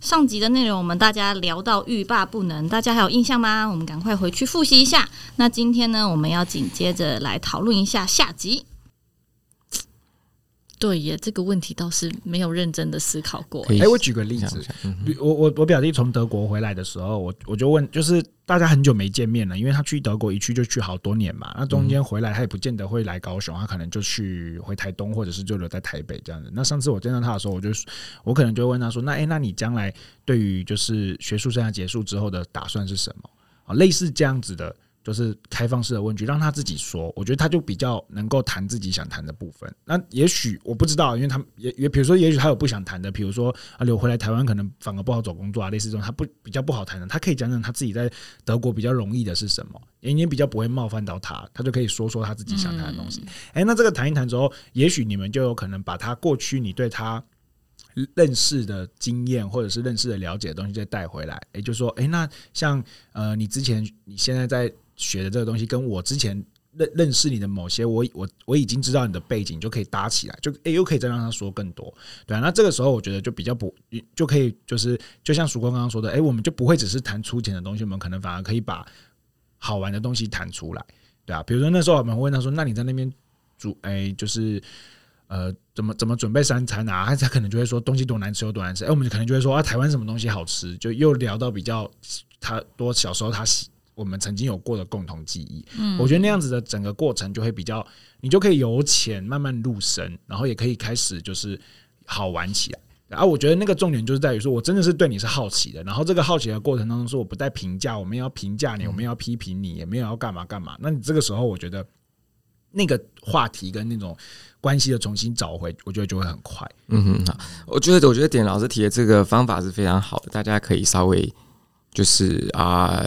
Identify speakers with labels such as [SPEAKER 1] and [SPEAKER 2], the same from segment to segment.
[SPEAKER 1] 上集的内容我们大家聊到欲罢不能，大家还有印象吗？我们赶快回去复习一下。那今天呢，我们要紧接着来讨论一下下集。
[SPEAKER 2] 对耶，这个问题倒是没有认真的思考过
[SPEAKER 3] 可。以
[SPEAKER 4] 哎，我举个例
[SPEAKER 3] 想
[SPEAKER 4] 子
[SPEAKER 3] 一，下，嗯哼
[SPEAKER 4] 比我我我表弟从德国回来的时候，我我就问，就是大家很久没见面了，因为他去德国一去就去好多年嘛。那中
[SPEAKER 3] 嗯
[SPEAKER 4] 间回来他也不见得会来高雄，他可能就去回台东，或者是就留在台北这样子。那上次我见到他的时候，我就我可能就会问他说：“那诶，那你将来对于就是学术生涯结束之后的打算是什么？”啊，类似这样子的，就是开放式的问句，让他自己说。我觉得他就比较能够谈自己想谈的部分。那也许我不知道，因为他们也也比如说，也许他有不想谈的，比如说啊，留回来台湾可能反而不好找工作啊，类似这种他不比较不好谈的，他可以讲讲他自己在德国比较容易的是什么，也也比较不会冒犯到他，他就可以说说他自己想谈的东西。哎、那这个谈一谈之后，也许你们就有可能把他过去你对他。认识的经验或者是认识的了解的东西再带回来，也就是说，哎、那像呃，你之前你现在在学的这个东西，跟我之前认认识你的某些，我我我已经知道你的背景，就可以搭起来，就诶、又可以再让他说更多，对啊。那这个时候我觉得就比较不就可以就是就像曙光刚刚说的，诶、我们就不会只是谈粗浅的东西，我们可能反而可以把好玩的东西谈出来，对啊。比如说那时候我们会问他说，那你在那边煮诶、就是。呃，怎么怎么准备三餐啊？他他可能就会说东西多难吃有多难吃，哎、我们可能就会说啊，台湾什么东西好吃，就又聊到比较他多小时候他喜我们曾经有过的共同记忆。嗯，我觉得那样子的整个过程就会比较，你就可以由浅慢慢入深，然后也可以开始就是好玩起来。然后我觉得那个重点就是在于说，我真的是对你是好奇的，然后这个好奇的过程当中，是我不带评价，我们要评价你，我们要批评你，也没有要干嘛干嘛。那你这个时候，我觉得那个话题跟那种关系的重新找回，我觉得就会很快。
[SPEAKER 3] 嗯哼，好，我觉得我觉得点老师提的这个方法是非常好的，大家可以稍微就是啊、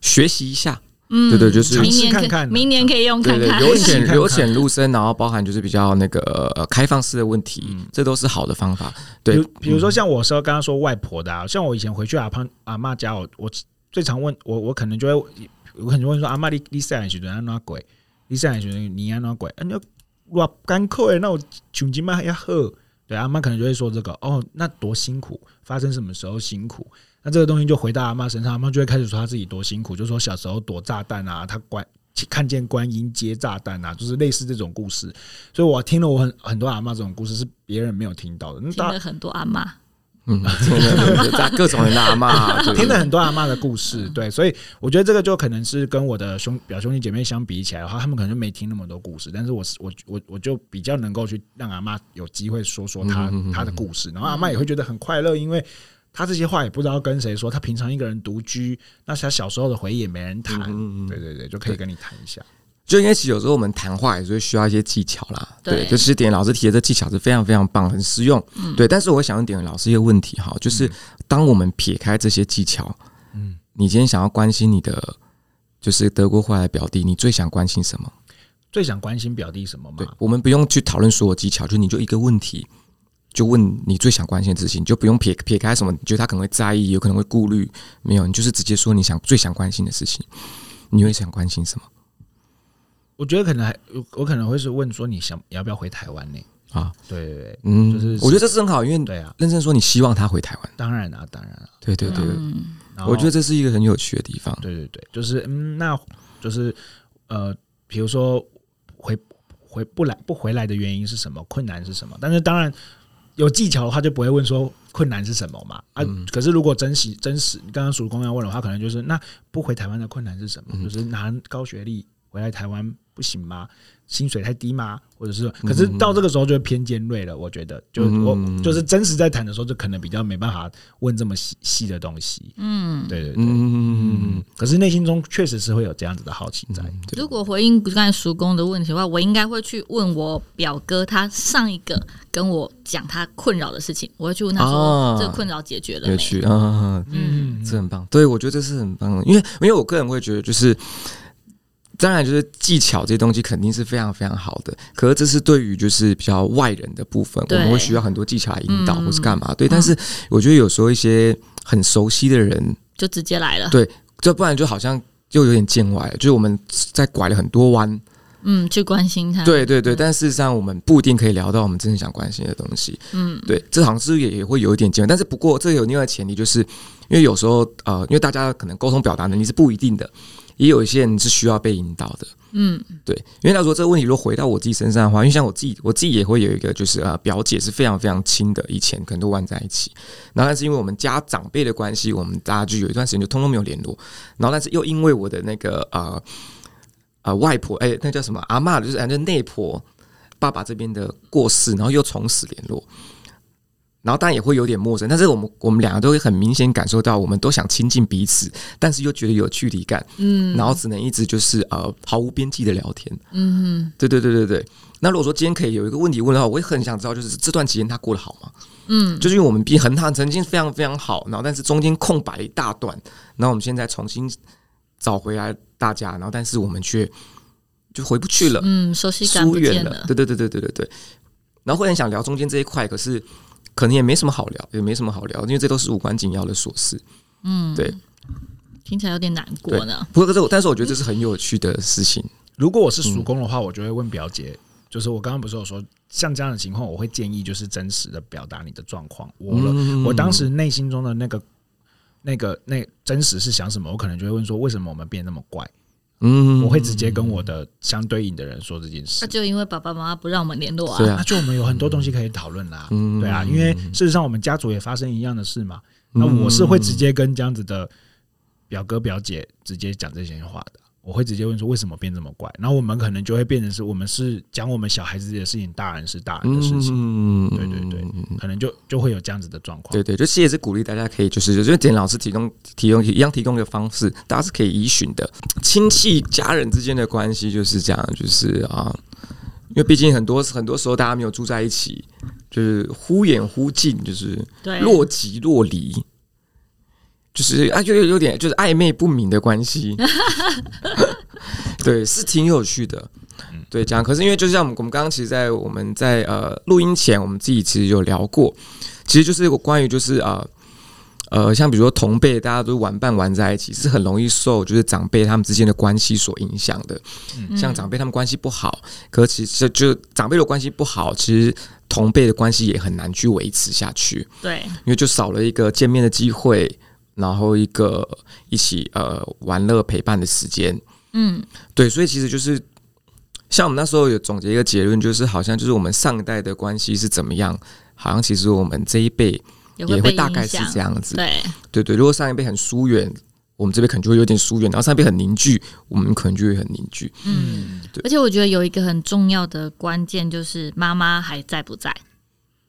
[SPEAKER 3] 学习一下，
[SPEAKER 2] 嗯
[SPEAKER 3] 对对就是
[SPEAKER 2] 明年可
[SPEAKER 4] 尝试
[SPEAKER 2] 以
[SPEAKER 4] 看看啊
[SPEAKER 2] 明年可以用
[SPEAKER 3] 对
[SPEAKER 2] 看
[SPEAKER 3] 对，
[SPEAKER 2] 看。
[SPEAKER 3] 由
[SPEAKER 4] 一起看
[SPEAKER 3] 浅
[SPEAKER 4] 看
[SPEAKER 3] 由浅入深，然后包含就是比较那个呃开放式的问题，这都是好的方法。对
[SPEAKER 4] 比如，比如说像我说刚刚说外婆的啊，像我以前回去阿胖阿妈家，我我最常问我我可能就会我可能就问说阿妈你你细汉时阵安怎过？你细汉时阵你安怎过？啊你偌艰苦诶，那我像即摆也好。对，阿妈可能就会说这个哦，那多辛苦，发生什么时候辛苦？那这个东西就回到阿妈身上，阿妈就会开始说她自己多辛苦，就说小时候躲炸弹啊，她观看见观音接炸弹啊，就是类似这种故事。所以我听了我很很多阿妈这种故事是别人没有听到的，那
[SPEAKER 2] 听
[SPEAKER 4] 大
[SPEAKER 2] 了很多阿妈，
[SPEAKER 3] 嗯， 真的对对各种人的阿妈，对
[SPEAKER 4] 听了很多阿妈的故事，
[SPEAKER 3] 嗯
[SPEAKER 4] 对，所以我觉得这个就可能是跟我的兄表兄弟姐妹相比起来的话，他们可能就没听那么多故事，但是我是我我我就比较能够去让阿
[SPEAKER 3] 嗯
[SPEAKER 4] 妈有机会说说
[SPEAKER 3] 嗯
[SPEAKER 4] 她
[SPEAKER 3] 嗯嗯嗯
[SPEAKER 4] 她的故事，然后阿妈也会觉得很快乐，因为她这些话也不知道跟谁说，她平常一个人独居，那她小时候的回忆也没人谈，
[SPEAKER 3] 嗯嗯嗯
[SPEAKER 4] 对对对，就可以跟你谈一下。
[SPEAKER 3] 就应该其实有时候我们谈话也是会需要一些技巧啦，
[SPEAKER 2] 对
[SPEAKER 3] 对，就是点老师提的这技巧是非常非常棒，很实用，对。但是我想问点老师一个问题哈，就是当我们撇开这些技巧，嗯，你今天想要关心你的就是德国回来的表弟，你最想关心什么？
[SPEAKER 4] 最想关心表弟什么
[SPEAKER 3] 对
[SPEAKER 4] 吗？，
[SPEAKER 3] 我们不用去讨论所有技巧，就你就一个问题，就问你最想关心的事情，就不用撇撇开什么，你觉得他可能会在意，有可能会顾虑，没有，你就是直接说你想最想关心的事情，你会想关心什么
[SPEAKER 4] 我觉得可能还我我可能会是问说你想要不要回台湾呢？
[SPEAKER 3] 啊？
[SPEAKER 4] 对对对，
[SPEAKER 3] 嗯，
[SPEAKER 4] 就是
[SPEAKER 3] 我觉得这是很好，因为
[SPEAKER 4] 对啊，
[SPEAKER 3] 认真说，你希望他回台湾？
[SPEAKER 4] 当然啊，当然啊，
[SPEAKER 3] 对对对，
[SPEAKER 2] 嗯，
[SPEAKER 4] 然后
[SPEAKER 3] 我觉得这是一个很有趣的地方。
[SPEAKER 4] 哦对对对，就是嗯，那就是呃，比如说回回不来不回来的原因是什么，困难是什么？但是当然有技巧的话，就不会问说困难是什么嘛啊。可是如果真实真实，你刚刚曙光要问的话，可能就是那不回台湾的困难是什么？就是拿高学历回来台湾不行吗？薪水太低吗？或者是，可是到这个时候就偏尖锐了。我觉得，就我就是真实在谈的时候，就可能比较没办法问这么细细的东西。嗯，对对对。
[SPEAKER 3] 嗯，
[SPEAKER 4] 可是内心中确实是会有这样子的好奇在。
[SPEAKER 2] 如果回应刚才叔公的问题的话，我应该会去问我表哥，他上一个跟我讲他困扰的事情，我会去问他说
[SPEAKER 3] 啊
[SPEAKER 2] 这个困扰解决了
[SPEAKER 3] 有
[SPEAKER 2] 没？
[SPEAKER 3] 趣啊啊，啊
[SPEAKER 2] 嗯，
[SPEAKER 3] 这很棒。对，我觉得这是很棒的，因为因为我个人会觉得，就是当然就是技巧这些东西肯定是非常非常好的，可是这是对于就是比较外人的部分，我
[SPEAKER 2] 对
[SPEAKER 3] 们会需要很多技巧来引导
[SPEAKER 2] 嗯
[SPEAKER 3] 或是干嘛。对，但是我觉得有时候一些很熟悉的人，
[SPEAKER 2] 就直接来了。
[SPEAKER 3] 对这不然就好像就有点见外了，就是我们在拐了很多弯，
[SPEAKER 2] 嗯，去关心他，
[SPEAKER 3] 对对对，但事实上我们不一定可以聊到我们真正想关心的东西。
[SPEAKER 2] 嗯，
[SPEAKER 3] 对，这好像是不是也也会有一点见，但是不过这有另外前提，就是因为有时候呃，因为大家可能沟通表达能力是不一定的，也有一些人是需要被引导的。
[SPEAKER 2] 嗯，
[SPEAKER 3] 对，因为那如果这个问题如果回到我自己身上的话，因为像我自己，我自己也会有一个就是呃表姐是非常非常亲的，以前可能都玩在一起，然后但是因为我们家长辈的关系，我们大家就有一段时间就通通没有联络，然后但是又因为我的那个呃呃外婆，哎、那叫什么阿嬷，就是反正内婆爸爸这边的过世，然后又从此联络。然后当然也会有点陌生，但是我们我们两个都会很明显感受到，我们都想亲近彼此，但是又觉得有距离感，嗯，然后只能一直就是呃毫无边际的聊天，
[SPEAKER 2] 嗯
[SPEAKER 3] 对对对对对。那如果说今天可以有一个问题问的话，我也很想知道，就是这段期间他过得好吗？
[SPEAKER 2] 嗯，
[SPEAKER 3] 就是因为我们毕竟很他曾经非常非常好，然后但是中间空白一大段，然后我们现在重新找回来大家，然后但是我们却就回不去了，
[SPEAKER 2] 嗯，熟悉感
[SPEAKER 3] 疏
[SPEAKER 2] 不
[SPEAKER 3] 远
[SPEAKER 2] 见
[SPEAKER 3] 了。
[SPEAKER 2] 了，
[SPEAKER 3] 对对对对对对对。然后会很想聊中间这一块，可是可能也没什么好聊，也没什么好聊，因为这都是无关紧要的琐事。
[SPEAKER 2] 嗯，
[SPEAKER 3] 对，
[SPEAKER 2] 听起来有点难过呢。
[SPEAKER 3] 不过这是我，但是我觉得这是很有趣的事情。
[SPEAKER 4] 如果我是叔公的话，我就会问表姐，就是我刚刚不是有说，像这样的情况，我会建议就是真实的表达你的状况。我的、
[SPEAKER 3] 嗯
[SPEAKER 4] 我当时内心中的那个、那个、那真实是想什么，我可能就会问说，为什么我们变那么怪？
[SPEAKER 3] 嗯嗯
[SPEAKER 4] 我会直接跟我的相对应的人说这件事
[SPEAKER 2] 那。就因为爸爸妈妈不让我们联络
[SPEAKER 3] 对
[SPEAKER 2] 啊，
[SPEAKER 3] 啊
[SPEAKER 4] 那，就我们有很多东西可以讨论啦，
[SPEAKER 3] 嗯
[SPEAKER 4] 对啊，因为事实上我们家族也发生一样的事嘛。那我是会
[SPEAKER 3] 嗯
[SPEAKER 4] 直接跟这样子的表哥表姐直接讲这些话的，我会直接问说为什么变这么怪，然后我们可能就会变成是我们是讲我们小孩子的事情，大人是大人的事情，
[SPEAKER 3] 嗯
[SPEAKER 4] 对对对，可能就就会有这样子的状况
[SPEAKER 3] 对。对，就其实也是鼓励大家可以，就是就是简老师提供提供一样提供一个方式，大家是可以依循的。亲戚家人之间的关系就是这样，就是啊，因为毕竟很多很多时候大家没有住在一起，就是忽远忽近，就是
[SPEAKER 2] 对，
[SPEAKER 3] 若即若离，就是啊，就有有点就是暧昧不明的关系。 对，是挺有趣的。对，这样。可是因为就像我们我们刚刚其实在，我们在呃录音前，我们自己其实有聊过，其实就是关于就是呃呃，像比如说同辈，大家都玩伴玩在一起，是很容易受就是长辈他们之间的关系所影响的。
[SPEAKER 2] 嗯
[SPEAKER 3] 像长辈他们关系不好，可其实就长辈的关系不好，其实同辈的关系也很难去维持下去。
[SPEAKER 2] 对，
[SPEAKER 3] 因为就少了一个见面的机会，然后一个一起呃玩乐陪伴的时间。
[SPEAKER 2] 嗯，
[SPEAKER 3] 对，所以其实就是像我们那时候有总结一个结论，就是好像就是我们上一代的关系是怎么样，好像其实我们这一辈
[SPEAKER 2] 也
[SPEAKER 3] 也
[SPEAKER 2] 会
[SPEAKER 3] 会
[SPEAKER 2] 被
[SPEAKER 3] 大概
[SPEAKER 2] 影
[SPEAKER 3] 是
[SPEAKER 2] 响，
[SPEAKER 3] 这样子。
[SPEAKER 2] 对，
[SPEAKER 3] 对对，如果上一辈很疏远。我们这边可能就会有点疏远，然后上一辈很凝聚，我们可能就会很凝聚。
[SPEAKER 2] 嗯
[SPEAKER 3] 对，
[SPEAKER 2] 而且我觉得有一个很重要的关键就是妈妈还在不在。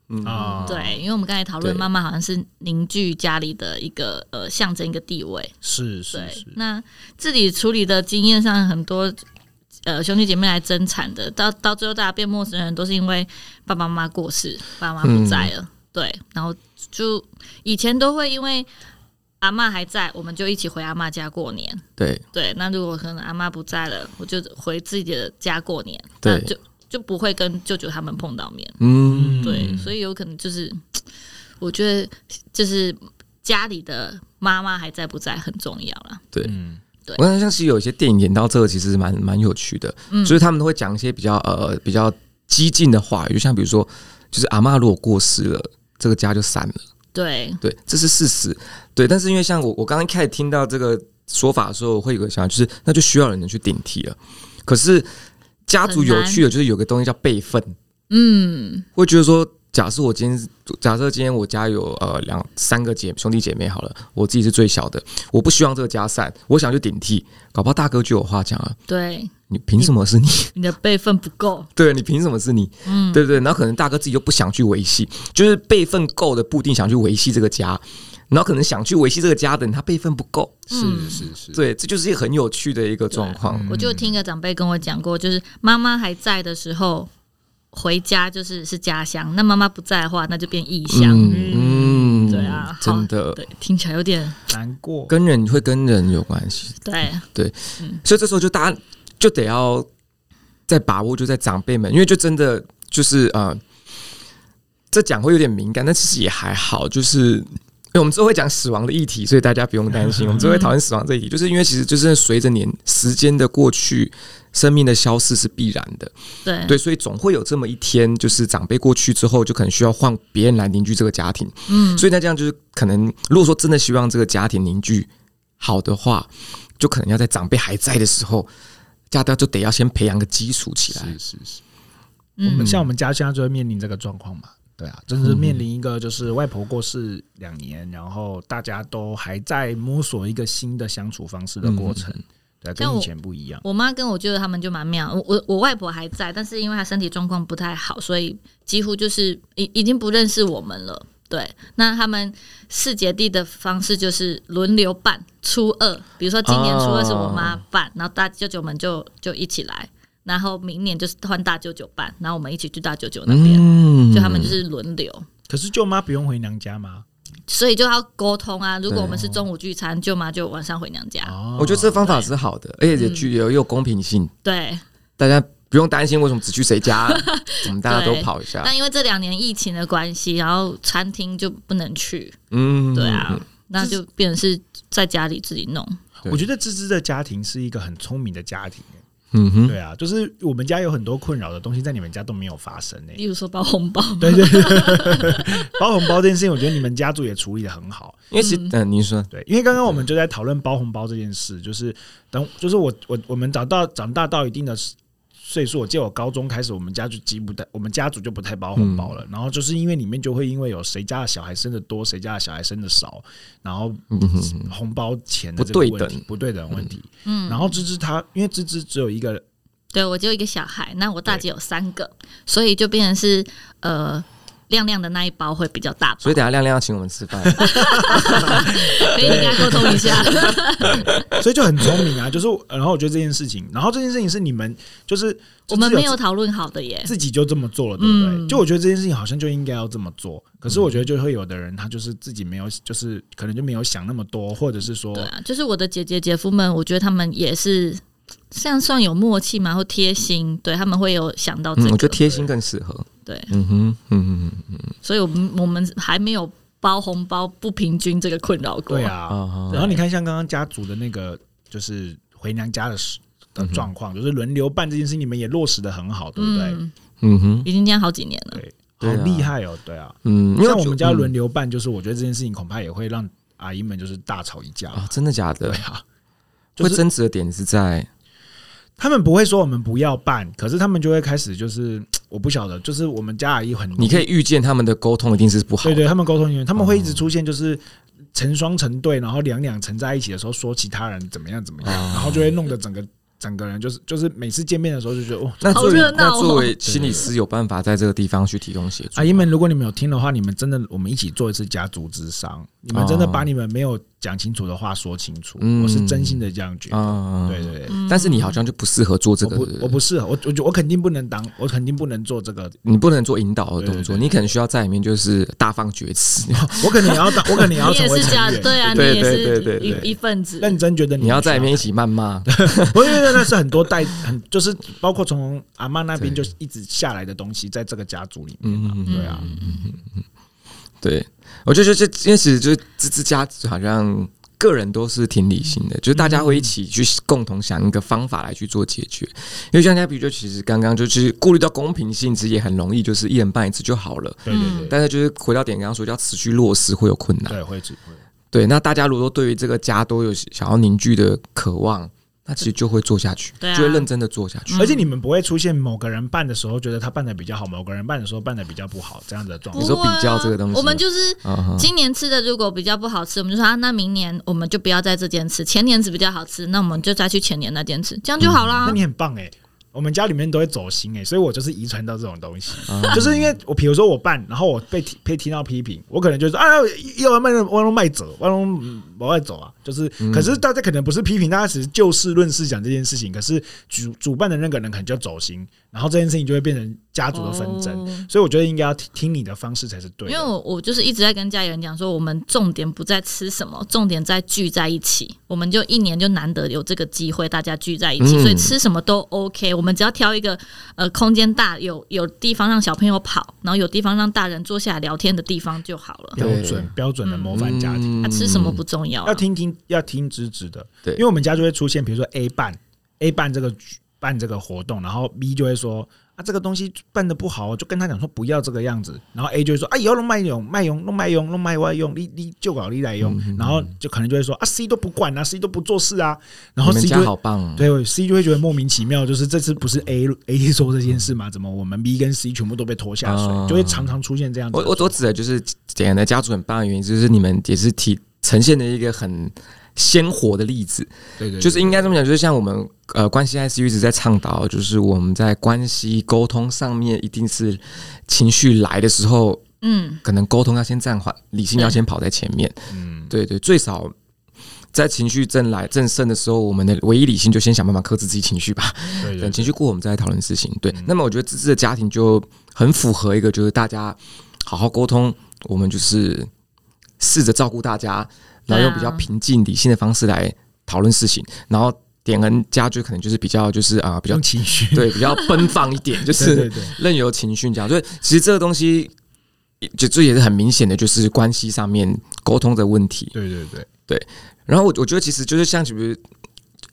[SPEAKER 3] 嗯，
[SPEAKER 4] 啊，
[SPEAKER 2] 对，因为我们刚才讨论
[SPEAKER 3] 对
[SPEAKER 2] 妈妈好像是凝聚家里的一个呃象征一个地位。
[SPEAKER 4] 是是
[SPEAKER 2] 对，
[SPEAKER 4] 是，
[SPEAKER 2] 那自己处理的经验上很多。呃，兄弟姐妹来争产的，到到最后大家变陌生人，都是因为爸爸妈妈过世，爸妈不在了，对，然后就以前都会因为阿嬷还在，我们就一起回阿嬷家过年，
[SPEAKER 3] 对，
[SPEAKER 2] 对，那如果可能阿妈不在了，我就回自己的家过年，
[SPEAKER 3] 对
[SPEAKER 2] 那就就不会跟舅舅他们碰到面，
[SPEAKER 3] 嗯，
[SPEAKER 2] 对，所以有可能就是，我觉得就是家里的妈妈还在不在很重要啦。
[SPEAKER 4] 嗯，
[SPEAKER 3] 我想像其实有一些电影演到这个，其实蛮蛮有趣的，
[SPEAKER 2] 嗯
[SPEAKER 3] 就是他们都会讲一些比较呃比较激进的话语，就像比如说，就是阿嬷如果过世了，这个家就散了，
[SPEAKER 2] 对，
[SPEAKER 3] 对，这是事实，对。但是因为像我我刚刚开始听到这个说法的时候，我会有个想法，就是那就需要有人去顶替了。可是家族
[SPEAKER 2] 很
[SPEAKER 3] 有
[SPEAKER 2] 难
[SPEAKER 3] 趣的就是有个东西叫辈分，
[SPEAKER 2] 嗯，
[SPEAKER 3] 会觉得说，假设我今天，假设今天我家有呃两三个姐兄弟姐妹好了，我自己是最小的，我不希望这个家散，我想去顶替，搞不好大哥就有话讲了，
[SPEAKER 2] 对，
[SPEAKER 3] 你凭什么是你？
[SPEAKER 2] 你的辈分不够，
[SPEAKER 3] 对你凭什么是你？
[SPEAKER 2] 嗯，
[SPEAKER 3] 对对对，然后可能大哥自己又不想去维系，就是辈分够的不一定想去维系这个家，然后可能想去维系这个家的人，他辈分不够，
[SPEAKER 2] 嗯
[SPEAKER 4] 是是是，
[SPEAKER 3] 对，这就是一个很有趣的一个状况。
[SPEAKER 2] 我就听一个长辈跟我讲过，就是妈妈还在的时候。回家就是是家乡，那妈妈不在的话，那就变异乡。
[SPEAKER 3] 嗯
[SPEAKER 2] 对啊，好
[SPEAKER 3] 真的
[SPEAKER 2] 对，听起来有点
[SPEAKER 4] 难过，
[SPEAKER 3] 跟人会跟人有关系，
[SPEAKER 2] 对，
[SPEAKER 3] 所以这时候就大家就得要再把握，就在长辈们，因为就真的就是呃，这讲会有点敏感，但其实也还好，就是因为我们之后会讲死亡的议题，所以大家不用担心。我们之后会讨论死亡这一题，就是因呃为其实就是随着年时间的过去，生命的消逝是必然的。
[SPEAKER 2] 对
[SPEAKER 3] 对，所以总会有这么一天，就是长辈过去之后，就可能需要换别人来凝聚这个家庭。
[SPEAKER 2] 嗯，
[SPEAKER 3] 所以那这样就是可能，如果说真的希望这个家庭凝聚好的话，就可能要在长辈还在的时候，家家就得要先培养个基础起来。
[SPEAKER 5] 是是是，
[SPEAKER 4] 啊我们
[SPEAKER 2] 嗯
[SPEAKER 4] 像我们家现在就会面临这个状况嘛，对啊，真是面临一个就是外婆过世两年，然后大家都还在摸索一个新的相处方式
[SPEAKER 3] 嗯
[SPEAKER 4] 的过程，对啊，
[SPEAKER 2] 像
[SPEAKER 4] 跟
[SPEAKER 2] 我
[SPEAKER 4] 以前不一样。
[SPEAKER 2] 我妈跟我舅舅他们就蛮妙，我我我外婆还在，但是因为她身体状况不太好，所以几乎就是已已经不认识我们了。对，那他们四姐弟的方式就是轮流办初二，比如说今年初二是我妈办，然后大舅舅们就就一起来，然后明年就是换大舅舅办，然后我们一起去大舅舅那边，
[SPEAKER 3] 嗯
[SPEAKER 2] 就他们就是轮流。
[SPEAKER 4] 可是舅妈不用回娘家吗？
[SPEAKER 2] 所以就要沟通啊！如果我们是中午聚餐，舅妈就晚上回娘家。
[SPEAKER 4] 哦
[SPEAKER 3] 我觉得这方法是好的，而且也具有有公平性，
[SPEAKER 2] 对，
[SPEAKER 3] 大家不用担心为什么只去谁家，我们大家都
[SPEAKER 2] 对
[SPEAKER 3] 跑一下。
[SPEAKER 2] 但因为这两年疫情的关系，然后餐厅就不能去，
[SPEAKER 3] 嗯，
[SPEAKER 2] 对啊，那就变成是在家里自己弄。
[SPEAKER 4] 我觉得芝芝的家庭是一个很聪明的家庭、欸
[SPEAKER 3] 嗯哼，
[SPEAKER 4] 对啊，就是我们家有很多困扰的东西，在你们家都没有发生诶、
[SPEAKER 2] 例如说包红包，
[SPEAKER 4] 对对对，包红包这件事情，我觉得你们家族也处理的很好。
[SPEAKER 3] 因为其实嗯，您说
[SPEAKER 4] 对，因为刚刚我
[SPEAKER 3] 嗯
[SPEAKER 4] 们就在讨论包红包这件事，就是等，就是我我我们长到长大到一定的岁数，我记得我高中开始，我们家就几不太，我们家族就不太包
[SPEAKER 3] 嗯
[SPEAKER 4] 红包了。然后就是因为里面就会因为有谁家的小孩生的多，谁家的小孩生的少，然后
[SPEAKER 3] 嗯哼，
[SPEAKER 4] 红包钱的这个问题
[SPEAKER 3] 不对等
[SPEAKER 4] 不对等的问题。
[SPEAKER 2] 嗯，
[SPEAKER 4] 然后芝芝她因为芝芝只有一个
[SPEAKER 2] 对我只有一个小孩，那我大姐有三个，所以就变成是呃。亮亮的那一包会比较大包，
[SPEAKER 3] 所以等一下 亮亮要请我们吃饭，
[SPEAKER 2] 可以跟他沟通一下。
[SPEAKER 4] 所以就很聪明啊，就是我然后我觉得这件事情，然后这件事情是你们就是
[SPEAKER 2] 我们没有
[SPEAKER 4] 自
[SPEAKER 2] 讨论好的耶，
[SPEAKER 4] 自己就这么做了，对不对？
[SPEAKER 2] 嗯
[SPEAKER 4] 就我觉得这件事情好像就应该要这么做，可是我觉得就会有的人他就是自己没有，就是可能就没有想那么多，或者是说
[SPEAKER 2] 对，啊，就是我的姐姐姐夫们，我觉得他们也是像算有默契嘛，或贴心，对他们会有想到这
[SPEAKER 3] 嗯，
[SPEAKER 2] 个。
[SPEAKER 3] 我觉得贴心更适合。
[SPEAKER 2] 对，
[SPEAKER 3] 嗯哼，嗯哼嗯哼，
[SPEAKER 2] 所以我们我们还没有包红包不平均这个困扰过。
[SPEAKER 4] 对，啊。
[SPEAKER 3] 啊
[SPEAKER 4] 然后你看，像刚刚家族的那个，就是回娘家的时的状况，就是轮流办这件事，你们也落实的很好，对不对？
[SPEAKER 2] 嗯，
[SPEAKER 3] 嗯哼，
[SPEAKER 2] 已经这样好几年了。
[SPEAKER 4] 对，
[SPEAKER 3] 对
[SPEAKER 4] 好
[SPEAKER 3] 啊
[SPEAKER 4] 厉害哦，对啊。
[SPEAKER 3] 嗯，因为
[SPEAKER 4] 像我们家
[SPEAKER 3] 就
[SPEAKER 4] 轮流办，就是我觉得这件事情恐怕也会让阿姨们就是大吵一架
[SPEAKER 3] 嗯。啊，真的假的
[SPEAKER 4] 对？啊，就
[SPEAKER 3] 会
[SPEAKER 4] 是
[SPEAKER 3] 争执的点是在
[SPEAKER 4] 他们不会说我们不要办，可是他们就会开始就是我不晓得，就是我们家阿姨很
[SPEAKER 3] 你可以预见他们的沟通一定是不好
[SPEAKER 4] 对
[SPEAKER 3] 的。
[SPEAKER 4] 对，他们沟通人员他们会一直出现就是成双成对，然后两两成在一起的时候说其他人怎么样怎么样，然后就会弄得整个整个人就是就是每次见面的时候就觉得哦。
[SPEAKER 3] 那
[SPEAKER 2] 好
[SPEAKER 3] 作为
[SPEAKER 2] 热闹
[SPEAKER 3] 那
[SPEAKER 2] 哦
[SPEAKER 3] 作为心理师有办法在这个地方去提供协助
[SPEAKER 4] 阿姨们，啊如果你们有听的话，你们真的，我们一起做一次家族之商。你们真的把你们没有讲清楚的话说清楚，
[SPEAKER 3] 嗯
[SPEAKER 4] 我是真心的这样觉
[SPEAKER 2] 哎
[SPEAKER 4] 得。
[SPEAKER 3] 啊
[SPEAKER 4] 对对对，
[SPEAKER 2] 嗯
[SPEAKER 3] 但是你好像就不适合做这
[SPEAKER 4] 我
[SPEAKER 3] 个，对
[SPEAKER 4] 不
[SPEAKER 3] 对对
[SPEAKER 4] 我不适合，我我觉我肯定不能当，我肯定不能做这个
[SPEAKER 3] 你不能做引导的动
[SPEAKER 4] 对对
[SPEAKER 3] 作，你可能需要在里面就是大放厥 词，
[SPEAKER 4] 我可能也要当，我可能也要
[SPEAKER 2] 你也
[SPEAKER 4] 成为
[SPEAKER 2] 是
[SPEAKER 4] 成
[SPEAKER 2] 这样，
[SPEAKER 4] 员，
[SPEAKER 2] 对啊，你
[SPEAKER 3] 对
[SPEAKER 2] 也
[SPEAKER 3] 对对对
[SPEAKER 2] 是
[SPEAKER 3] 对对
[SPEAKER 2] 一一份子。
[SPEAKER 4] 认真觉得
[SPEAKER 3] 你要在里
[SPEAKER 4] 里
[SPEAKER 3] 面一，起谩骂。
[SPEAKER 4] 不是因为那是很多代， 很就是包括从阿妈那边就一直下来的东西，在这个家族里面嘛，
[SPEAKER 3] 嗯
[SPEAKER 4] 对啊，
[SPEAKER 3] 对，我就觉得这因为其实就是这这家好像个人都是挺理性的，就是大家会一起去共同想一个方法来去做解决。因为像家比如就其实刚刚就是顾虑到公平性，其实也很容易，就是一人办一次就好了。
[SPEAKER 4] 对对对，
[SPEAKER 3] 但是就是回到点刚刚说，要持续落实会有困难。
[SPEAKER 4] 对会只会
[SPEAKER 3] 对，那大家如果对于这个家都有想要凝聚的渴望，那其实就会做下去，
[SPEAKER 2] 对啊
[SPEAKER 3] 就会认真的做下去。
[SPEAKER 4] 而且你们不会出现某个人办的时候觉得他办的比较好，某个人办的时候办的比较不好这样的状
[SPEAKER 2] 不
[SPEAKER 3] 说
[SPEAKER 4] 况。
[SPEAKER 3] 比较这个东西
[SPEAKER 2] 会啊我们就是
[SPEAKER 3] 嗯哼
[SPEAKER 2] 今年吃的如果比较不好吃，我们就说啊，那明年我们就不要在这间吃，前年子比较好吃，那我们就再去前年那间吃，这样就好
[SPEAKER 4] 那
[SPEAKER 2] 啦。
[SPEAKER 4] 你很棒哎、我们家里面都会走心哎、所以我就是遗传到这种东西，就是因为我比如说我办，然后我被提被听到批评，我可能就说啊，要要卖万龙卖走，万龙不爱走啊，就是，可是大家可能不是批评，大家只是就事论事讲这件事情。可是主主办的那个人可能就走心，然后这件事情就会变成家族的纷争。
[SPEAKER 2] 哦
[SPEAKER 4] 所以我觉得应该要听听你的方式才是对
[SPEAKER 2] 因为
[SPEAKER 4] 的。
[SPEAKER 2] 我我就是一直在跟家里人讲说，我们重点不在吃什么，重点在聚在一起。我们就一年就难得有这个机会，大家聚在一起，
[SPEAKER 3] 嗯
[SPEAKER 2] 所以吃什么都 OK。我们只要挑一个呃空间大、有有地方让小朋友跑，然后有地方让大人坐下来聊天的地方就好了。
[SPEAKER 4] 标
[SPEAKER 3] 对
[SPEAKER 4] 准标准的模范家庭，
[SPEAKER 3] 嗯
[SPEAKER 2] 啊，吃什么不重要啊、
[SPEAKER 4] 要听听要听直直的，
[SPEAKER 3] 对
[SPEAKER 4] 因为我们家就会出现，比如说 A 办 A 办这个举办这个活动，然后 B 就会说啊这个东西办的不好，哦就跟他讲说不要这个样子，然后 A 就会说啊以后弄卖用卖用弄卖用弄卖外用，你你就搞你来
[SPEAKER 3] 嗯
[SPEAKER 4] 用，然后就可能就会说啊 C 都不管啊 C 都不做事啊，然后
[SPEAKER 3] 你们
[SPEAKER 4] C 就
[SPEAKER 3] 家
[SPEAKER 4] 会
[SPEAKER 3] 好棒哦，
[SPEAKER 4] 对 C 就会觉得莫名其妙，就是这次不是 A A 说这件事吗？怎么我们 B 跟 C 全部都被拖下水，
[SPEAKER 3] 啊
[SPEAKER 4] 就会常常出现这样子的
[SPEAKER 3] 我我所指的就是简单的家族很棒的原因，就是你们也是体呈现了一个很鲜活的例子，
[SPEAKER 4] 对对对
[SPEAKER 3] 就是应该这么讲，就是像我们呃关系 ICU 一直在倡导，就是我们在关系沟通上面，一定是情绪来的时候，
[SPEAKER 2] 嗯，
[SPEAKER 3] 可能沟通要先暂缓，理性要先跑在前面。
[SPEAKER 4] 嗯
[SPEAKER 3] 对对，最少在情绪正来正盛的时候，我们的唯一理性就先想办法克制自己情绪吧。
[SPEAKER 4] 对对嗯
[SPEAKER 3] 等情绪过，我们再来讨论事情。对，那么我觉得芝芝的家庭就很符合一个，就是大家好好沟通，我们就是试着照顾大家，然后用比较
[SPEAKER 2] 对啊
[SPEAKER 3] 平静理性的方式来讨论事情，然后点恩家就可能就是比较就是啊、比较
[SPEAKER 4] 用情绪，
[SPEAKER 3] 对比较奔放一 点，就
[SPEAKER 4] 嗯对
[SPEAKER 3] 是
[SPEAKER 4] 对对。
[SPEAKER 3] 任由情绪讲。所以其实这个东西。就这也是很明显的，就是关系上面沟通的问题。
[SPEAKER 4] 对对对，
[SPEAKER 3] 然后我我觉得其实就是像，比如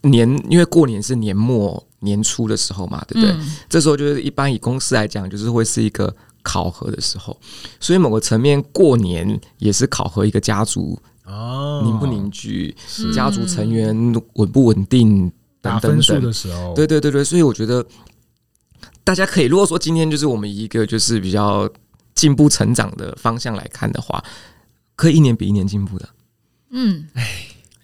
[SPEAKER 3] 年，因为过年是年末年初的时候嘛，对不对？
[SPEAKER 2] 嗯
[SPEAKER 3] 这时候就是一般以公司来讲，就是会是一个考核的时候，所以某个层面，过年也是考核一个家族
[SPEAKER 4] 哦
[SPEAKER 3] 凝不凝聚、
[SPEAKER 2] 是
[SPEAKER 3] 家族成员稳不稳定等
[SPEAKER 4] 打
[SPEAKER 3] 等
[SPEAKER 4] 分数
[SPEAKER 3] 等。
[SPEAKER 4] 的时候，
[SPEAKER 3] 对对对对，所以我觉得大家可以，如果说今天就是我们以一个就是比较进步成长的方向来看的话，可以一年比一年进步的，
[SPEAKER 2] 嗯，